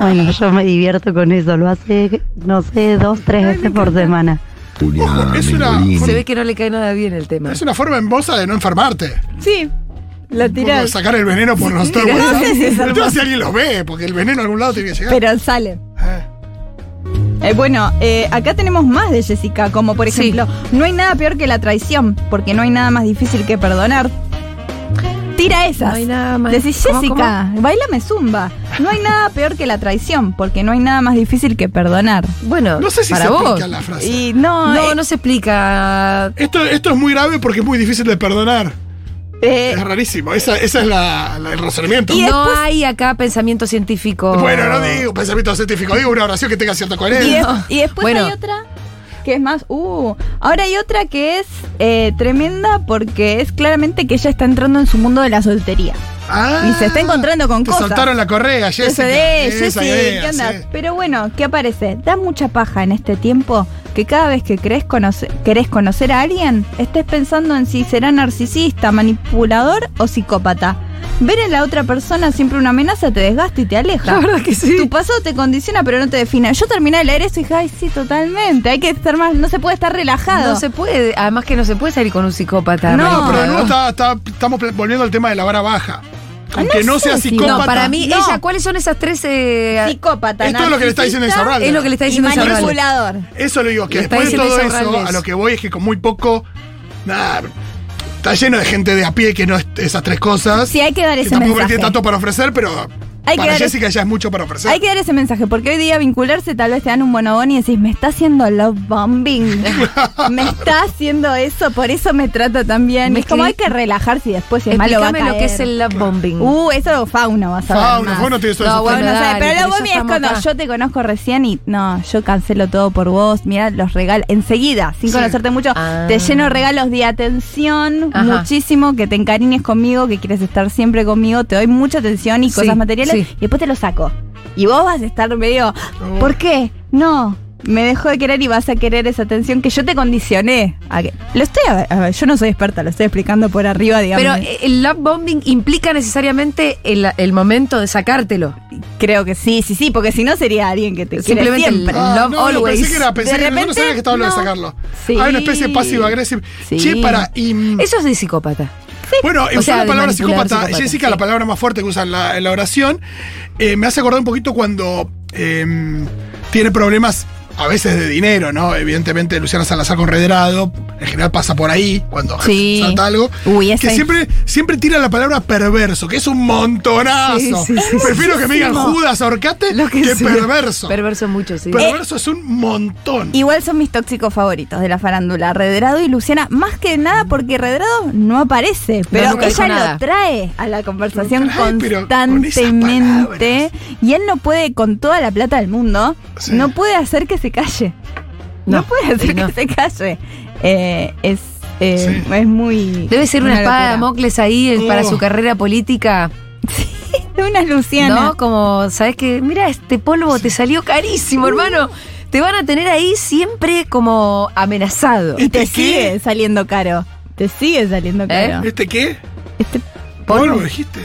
Speaker 12: Bueno, yo me divierto con eso. Lo hace, no sé, dos, tres veces por semana.
Speaker 4: Ojo, es una-
Speaker 2: Se ve que no le cae nada bien el tema.
Speaker 4: Es una forma hermosa de no enfermarte.
Speaker 5: Sí. La
Speaker 4: Por sacar el veneno por los
Speaker 5: Tirás.
Speaker 4: estados de WhatsApp.
Speaker 5: Sí, sí, es
Speaker 4: Pero el tema es
Speaker 5: hermoso.
Speaker 4: si alguien los ve, porque el veneno a algún lado tiene que llegar.
Speaker 5: Pero sale. Eh, bueno, eh, acá tenemos más de Jessica, como por ejemplo, no hay nada peor que la traición, porque no hay nada más difícil que perdonar. Tira esas.
Speaker 2: No hay nada más-
Speaker 5: Decís,
Speaker 2: ¿Cómo,
Speaker 5: Jessica, bailame zumba. No hay nada peor que la traición, porque no hay nada más difícil que perdonar.
Speaker 2: Bueno,
Speaker 4: No sé si
Speaker 2: para
Speaker 4: se
Speaker 2: vos.
Speaker 4: explica la frase.
Speaker 5: Y no,
Speaker 2: No,
Speaker 5: eh,
Speaker 2: no se explica.
Speaker 4: Esto, esto es muy grave porque es muy difícil de perdonar.
Speaker 5: eh,
Speaker 4: Es rarísimo. Esa, esa es la, la- el razonamiento.
Speaker 5: Y
Speaker 2: No
Speaker 5: después-
Speaker 2: hay acá pensamiento científico.
Speaker 4: Bueno, no digo pensamiento científico, digo una oración que tenga cierta
Speaker 5: y,
Speaker 4: coherencia.
Speaker 5: des- y después
Speaker 2: Bueno.
Speaker 5: hay otra que es más, uh, ahora hay otra que es eh, tremenda porque es claramente que ella está entrando en su mundo de la soltería.
Speaker 4: Ah,
Speaker 5: Y se está encontrando con
Speaker 4: te
Speaker 5: cosas.
Speaker 4: saltaron la correa, Jessica.
Speaker 5: Eso de,
Speaker 4: Esa
Speaker 5: Jessy,
Speaker 4: idea,
Speaker 5: ¿qué onda? Ah.
Speaker 4: sí.
Speaker 5: Pero bueno, ¿qué aparece? Da mucha paja en este tiempo que cada vez que crees conoce- querés conocer a alguien, estés pensando en si será narcisista, manipulador o psicópata. Ver en la otra persona siempre una amenaza te desgasta y te aleja.
Speaker 2: La verdad Ah, que sí.
Speaker 5: Tu pasado te condiciona pero no te define. Yo terminé de leer esto y dije, ay, sí, totalmente. Hay que estar más, no se puede estar relajado.
Speaker 2: No se puede. Además que no se puede salir con un psicópata.
Speaker 5: No,
Speaker 4: No, pero de nuevo
Speaker 2: manipulador.
Speaker 4: está- está- estamos pl- volviendo al tema de la vara baja. Aunque no,
Speaker 5: Ah, sé
Speaker 4: sea
Speaker 5: si-
Speaker 4: psicópata.
Speaker 2: No, para mí,
Speaker 5: No.
Speaker 2: ella, ¿cuáles son esas tres? eh,
Speaker 5: Psicópata,
Speaker 4: Esto es lo que le está diciendo
Speaker 5: narcisista
Speaker 4: Insaurralde.
Speaker 2: es lo que le está
Speaker 5: y
Speaker 2: diciendo Insaurralde.
Speaker 5: manipulador.
Speaker 4: Eso lo digo, que
Speaker 2: Le está
Speaker 4: después de todo
Speaker 2: diciendo
Speaker 4: eso,
Speaker 2: Insaurralde.
Speaker 4: a lo que voy es que con muy poco. Nada. Está lleno de gente de a pie que no es esas tres cosas.
Speaker 5: Sí, hay que dar
Speaker 4: que
Speaker 5: ese
Speaker 4: tampoco
Speaker 5: mensaje.
Speaker 4: tiene tanto para ofrecer, pero
Speaker 5: Hay que
Speaker 4: para
Speaker 5: dar
Speaker 4: Jessica ya es mucho para ofrecer.
Speaker 5: Hay que dar ese mensaje, porque hoy día vincularse tal vez te dan un bonobón y decís, me está haciendo love bombing. me está haciendo eso, por eso me trata tan bien.
Speaker 2: Me
Speaker 5: es como
Speaker 2: escri-
Speaker 5: hay que relajarse y después si es malo va a
Speaker 2: eh, Explícame
Speaker 5: caer.
Speaker 2: lo que es el love bombing.
Speaker 5: Uh, eso fauno vas a ver
Speaker 4: Fauno,
Speaker 5: más.
Speaker 4: Fauno tiene eso de
Speaker 5: No,
Speaker 4: su
Speaker 5: bueno,
Speaker 2: fauno.
Speaker 5: no sabe,
Speaker 2: Dale,
Speaker 5: pero
Speaker 2: por
Speaker 5: lo
Speaker 2: eso
Speaker 5: bombing es
Speaker 2: estamos
Speaker 5: cuando
Speaker 2: acá.
Speaker 5: yo te conozco recién y no, yo cancelo todo por vos, mira los regalos, enseguida, sin
Speaker 4: Sí.
Speaker 5: conocerte mucho,
Speaker 2: Ah.
Speaker 5: te lleno regalos de atención,
Speaker 2: Ajá.
Speaker 5: muchísimo, que te encariñes conmigo, que quieres estar siempre conmigo, te doy mucha atención y
Speaker 2: Sí,
Speaker 5: cosas materiales,
Speaker 2: sí. Oh.
Speaker 5: y después te lo saco. Y vos vas a estar medio, ¿por qué? No. Me dejó de querer y vas a querer esa atención que yo te condicioné. a que- Lo estoy, a ver, yo no soy experta, lo estoy explicando por arriba, digamos.
Speaker 2: Pero eh, el love bombing implica necesariamente el, el momento de sacártelo.
Speaker 5: Creo que sí, sí, sí, porque si no sería alguien que te quiere
Speaker 2: Simplemente el-
Speaker 5: siempre.
Speaker 4: Ah,
Speaker 2: Love
Speaker 4: no, no,
Speaker 2: Always.
Speaker 4: pensé que era, pensé
Speaker 5: De
Speaker 4: que yo no
Speaker 5: repente,
Speaker 4: sabía que estaba hablando
Speaker 5: no.
Speaker 4: de sacarlo.
Speaker 5: Sí.
Speaker 4: Hay una especie de pasivo agresivo.
Speaker 5: Sí.
Speaker 4: Che, para. Y, mm,
Speaker 2: Eso es de psicópata.
Speaker 4: Bueno,
Speaker 2: O
Speaker 4: usó
Speaker 2: sea,
Speaker 4: la
Speaker 2: de
Speaker 4: palabra
Speaker 2: manipular,
Speaker 4: psicópata.
Speaker 2: psicópata,
Speaker 4: Jessica,
Speaker 2: sí.
Speaker 4: la palabra más fuerte que usa en la, en la oración, eh, me hace acordar un poquito cuando eh, tiene problemas a veces de dinero, ¿no? Evidentemente, Luciana Salazar con Redrado, en general pasa por ahí cuando
Speaker 5: Sí.
Speaker 4: salta algo.
Speaker 5: Uy, esa
Speaker 4: que
Speaker 5: es-
Speaker 4: siempre, siempre tira la palabra perverso, que es un montonazo.
Speaker 2: Sí, sí, sí,
Speaker 4: Prefiero que me digan Judas, ahorcate, que,
Speaker 2: sea.
Speaker 4: perverso.
Speaker 2: Perverso mucho, sí. Eh,
Speaker 4: perverso es un montón.
Speaker 5: Igual son mis tóxicos favoritos de la farándula, Redrado y Luciana, más que nada porque Redrado no aparece, pero
Speaker 2: nunca dijo
Speaker 5: ella
Speaker 2: nada.
Speaker 5: lo trae a la conversación
Speaker 4: Lo trae, pero con esas
Speaker 5: constantemente y él no puede, con toda la plata del mundo,
Speaker 4: Sí.
Speaker 5: no puede hacer que se calle. No,
Speaker 2: No,
Speaker 5: puede hacer
Speaker 2: y no.
Speaker 5: que se calle. Eh, es, eh,
Speaker 4: Sí.
Speaker 5: es muy...
Speaker 2: Debe ser una, espada de
Speaker 5: locura.
Speaker 2: Damocles ahí el-
Speaker 4: Oh.
Speaker 2: para su carrera política.
Speaker 5: De una Luciana.
Speaker 2: ¿No? Como, ¿sabes qué? Mira, este polvo te salió carísimo, hermano. Te van a tener ahí siempre como amenazado.
Speaker 5: Y te
Speaker 4: ¿Este qué?
Speaker 5: sigue saliendo caro. Te sigue
Speaker 2: ¿Eh?
Speaker 5: saliendo caro.
Speaker 4: ¿Este qué?
Speaker 5: Este
Speaker 4: ¿Polvo dijiste?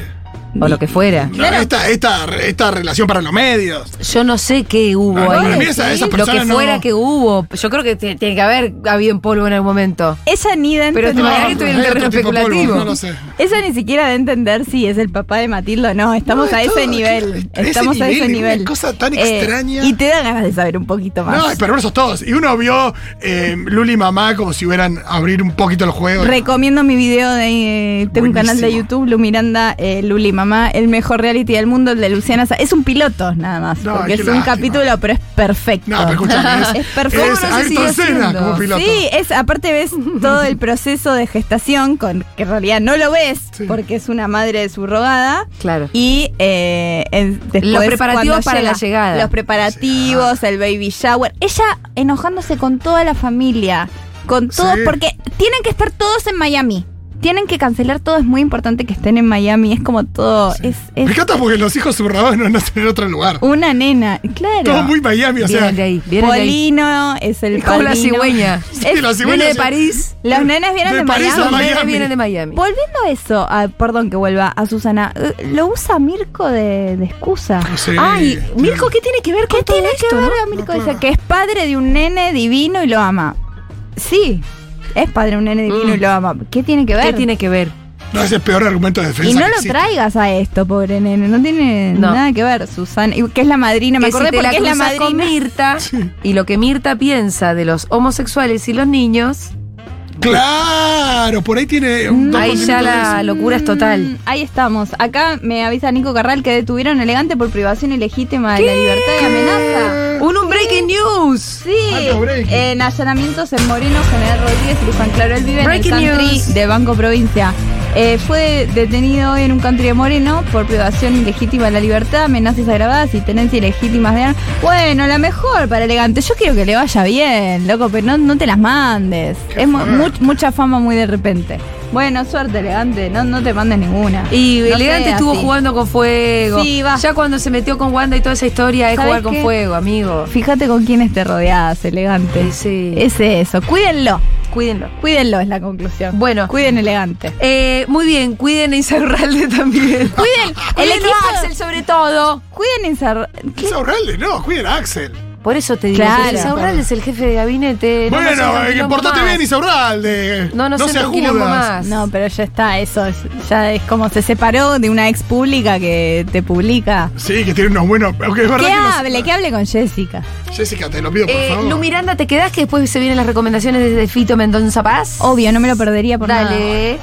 Speaker 2: O lo que fuera.
Speaker 4: No, esta, esta, esta relación para los medios.
Speaker 2: Yo no sé qué hubo
Speaker 4: No, no,
Speaker 2: ahí.
Speaker 4: para mí esa- esa
Speaker 2: lo
Speaker 4: persona
Speaker 2: que
Speaker 4: no-
Speaker 2: fuera que hubo. Yo creo que te- tiene que haber habido en polvo en algún momento.
Speaker 5: Ella ni da a
Speaker 2: Pero te
Speaker 5: entender-
Speaker 2: imaginas que estuviera en
Speaker 4: hay otro
Speaker 2: terreno
Speaker 4: tipo de polvo,
Speaker 2: especulativo.
Speaker 4: No lo sé.
Speaker 5: Ella ni siquiera da a entender si es el papá de Matilda o no. Estamos
Speaker 4: No,
Speaker 5: a ese
Speaker 4: esto-
Speaker 5: nivel.
Speaker 4: a ese
Speaker 5: Estamos a
Speaker 4: nivel,
Speaker 5: ese
Speaker 4: una
Speaker 5: nivel. Eh,
Speaker 4: cosa tan extraña.
Speaker 5: Y te da ganas de saber un poquito más.
Speaker 4: No, perversos todos. Y uno vio eh, Luli y mamá como si hubieran abrir un poquito el juego.
Speaker 5: Recomiendo mi video de. eh, tengo un canal de
Speaker 4: Buenísimo.
Speaker 5: YouTube, Lu Miranda, eh, Luli llama El mejor reality del mundo, el de Luciana. Sa- Es un piloto, nada más.
Speaker 4: No, qué
Speaker 5: porque es un
Speaker 4: lástima.
Speaker 5: capítulo, pero es perfecto.
Speaker 4: No, pero escúchame, es-
Speaker 5: perfecto.
Speaker 4: es
Speaker 5: ¿Cómo no se
Speaker 4: Ayrton
Speaker 5: sigue
Speaker 4: Senna
Speaker 5: haciendo?
Speaker 4: como piloto.
Speaker 5: Sí, es, aparte ves todo el proceso de gestación, con que en realidad no lo ves, porque es una madre subrogada.
Speaker 2: Claro.
Speaker 5: Y eh, en- después,
Speaker 2: Los preparativos
Speaker 5: cuando
Speaker 2: para la llegada.
Speaker 5: Los preparativos, el baby shower. Ella enojándose con toda la familia. Con todos,
Speaker 2: Sí.
Speaker 5: porque tienen que estar todos en Miami. Tienen que cancelar todo, es muy importante que estén en Miami. Es como todo. Es, es
Speaker 4: Me encanta porque los hijos subrogados no nacen en otro lugar.
Speaker 5: una nena, claro.
Speaker 4: Todo muy Miami, o sea. vienen de ahí.
Speaker 5: Polino es el
Speaker 2: Es como la
Speaker 5: padrino.
Speaker 2: cigüeña.
Speaker 4: Sí, la cigüeña
Speaker 2: Viene de
Speaker 4: se-
Speaker 2: París.
Speaker 5: Los nenes vienen de,
Speaker 2: De París a
Speaker 5: Miami.
Speaker 2: Los nenes Miami. vienen de Miami.
Speaker 5: Volviendo a eso, a- perdón que vuelva a Susana, eh, lo usa Mirko de, de excusa.
Speaker 4: Sí.
Speaker 2: Ay, Mirko, ¿qué tiene que ver con
Speaker 5: ¿Qué
Speaker 2: todo
Speaker 5: tiene
Speaker 2: esto,
Speaker 5: que ver
Speaker 2: no?
Speaker 5: a Mirko? Dice que es padre de un nene divino y lo ama. Sí, es padre de un nene divino y lo ama. ¿Qué tiene que ver?
Speaker 2: ¿Qué tiene que ver?
Speaker 4: No, ese es el peor argumento de defensa.
Speaker 5: Y no
Speaker 4: que
Speaker 5: lo
Speaker 4: existe.
Speaker 5: traigas a esto, pobre nene. No tiene
Speaker 2: No.
Speaker 5: nada que ver, Susana. Y que es la madrina, me
Speaker 2: Que si
Speaker 5: acordé
Speaker 2: te
Speaker 5: porque
Speaker 2: la
Speaker 5: es la
Speaker 2: cruzas con
Speaker 5: madrina.
Speaker 2: Mirta y lo que Mirta piensa de los homosexuales y los niños,
Speaker 4: Claro, por ahí tiene. un
Speaker 2: ahí ya la locura es total.
Speaker 5: Mm, Ahí estamos. Acá me avisa Nico Carral que detuvieron elegante por privación ilegítima de la libertad y amenaza.
Speaker 2: Un, un breaking news.
Speaker 5: Sí, en allanamientos en Moreno, General Rodríguez y Luján. Claro, él vive
Speaker 2: Breaking
Speaker 5: en el country
Speaker 2: news.
Speaker 5: de Banco Provincia. Eh, fue detenido hoy en un country de Moreno por privación ilegítima de la libertad, amenazas agravadas y tenencia ilegítima de armas. Bueno, la mejor para elegante. Yo quiero que le vaya bien, loco, pero no, no te las mandes. Es mu- mu- mucha fama muy de repente. Bueno, suerte, elegante. No, no te mandes ninguna.
Speaker 2: Y
Speaker 5: No
Speaker 2: Elegante
Speaker 5: seas
Speaker 2: estuvo
Speaker 5: así.
Speaker 2: jugando con fuego.
Speaker 5: Sí, va.
Speaker 2: Ya cuando se metió con Wanda y toda esa historia es
Speaker 5: ¿Sabes
Speaker 2: jugar con
Speaker 5: qué?
Speaker 2: fuego, amigo.
Speaker 5: Fíjate con quiénes te rodeas, elegante.
Speaker 2: Sí.
Speaker 5: Es eso. Cuídenlo.
Speaker 2: Cuídenlo.
Speaker 5: Cuídenlo es la conclusión.
Speaker 2: Bueno.
Speaker 5: Cuiden elegante.
Speaker 2: Eh, muy bien, cuiden a Insaurralde también.
Speaker 5: Cuiden el
Speaker 2: Cuiden
Speaker 5: equipo.
Speaker 2: a Axel sobre todo.
Speaker 5: Cuiden Insar.
Speaker 4: Es Aurralde, no, cuiden a Axel.
Speaker 2: Por eso te digo,
Speaker 5: Claro.
Speaker 2: Insaurralde es el jefe de gabinete. no nos
Speaker 4: bueno,
Speaker 2: encantilamos
Speaker 4: eh, que portate
Speaker 2: más.
Speaker 4: bien, Isaurralde.
Speaker 2: No nos
Speaker 4: seas
Speaker 2: encantilamos
Speaker 4: Judas.
Speaker 2: más.
Speaker 5: No, pero ya está, eso. es- Ya es como se separó de una ex pública que te publica.
Speaker 4: Sí, que tiene unos buenos. Aunque es verdad
Speaker 5: Que
Speaker 4: que nos-
Speaker 5: hable, que hable con Jessica.
Speaker 4: Jessica, te lo pido, por
Speaker 2: Eh,
Speaker 4: favor.
Speaker 2: Lu Miranda, ¿te quedás que después se vienen las recomendaciones desde Fito Mendonza Paz?
Speaker 5: Obvio, no me lo perdería por nada.
Speaker 2: Dale.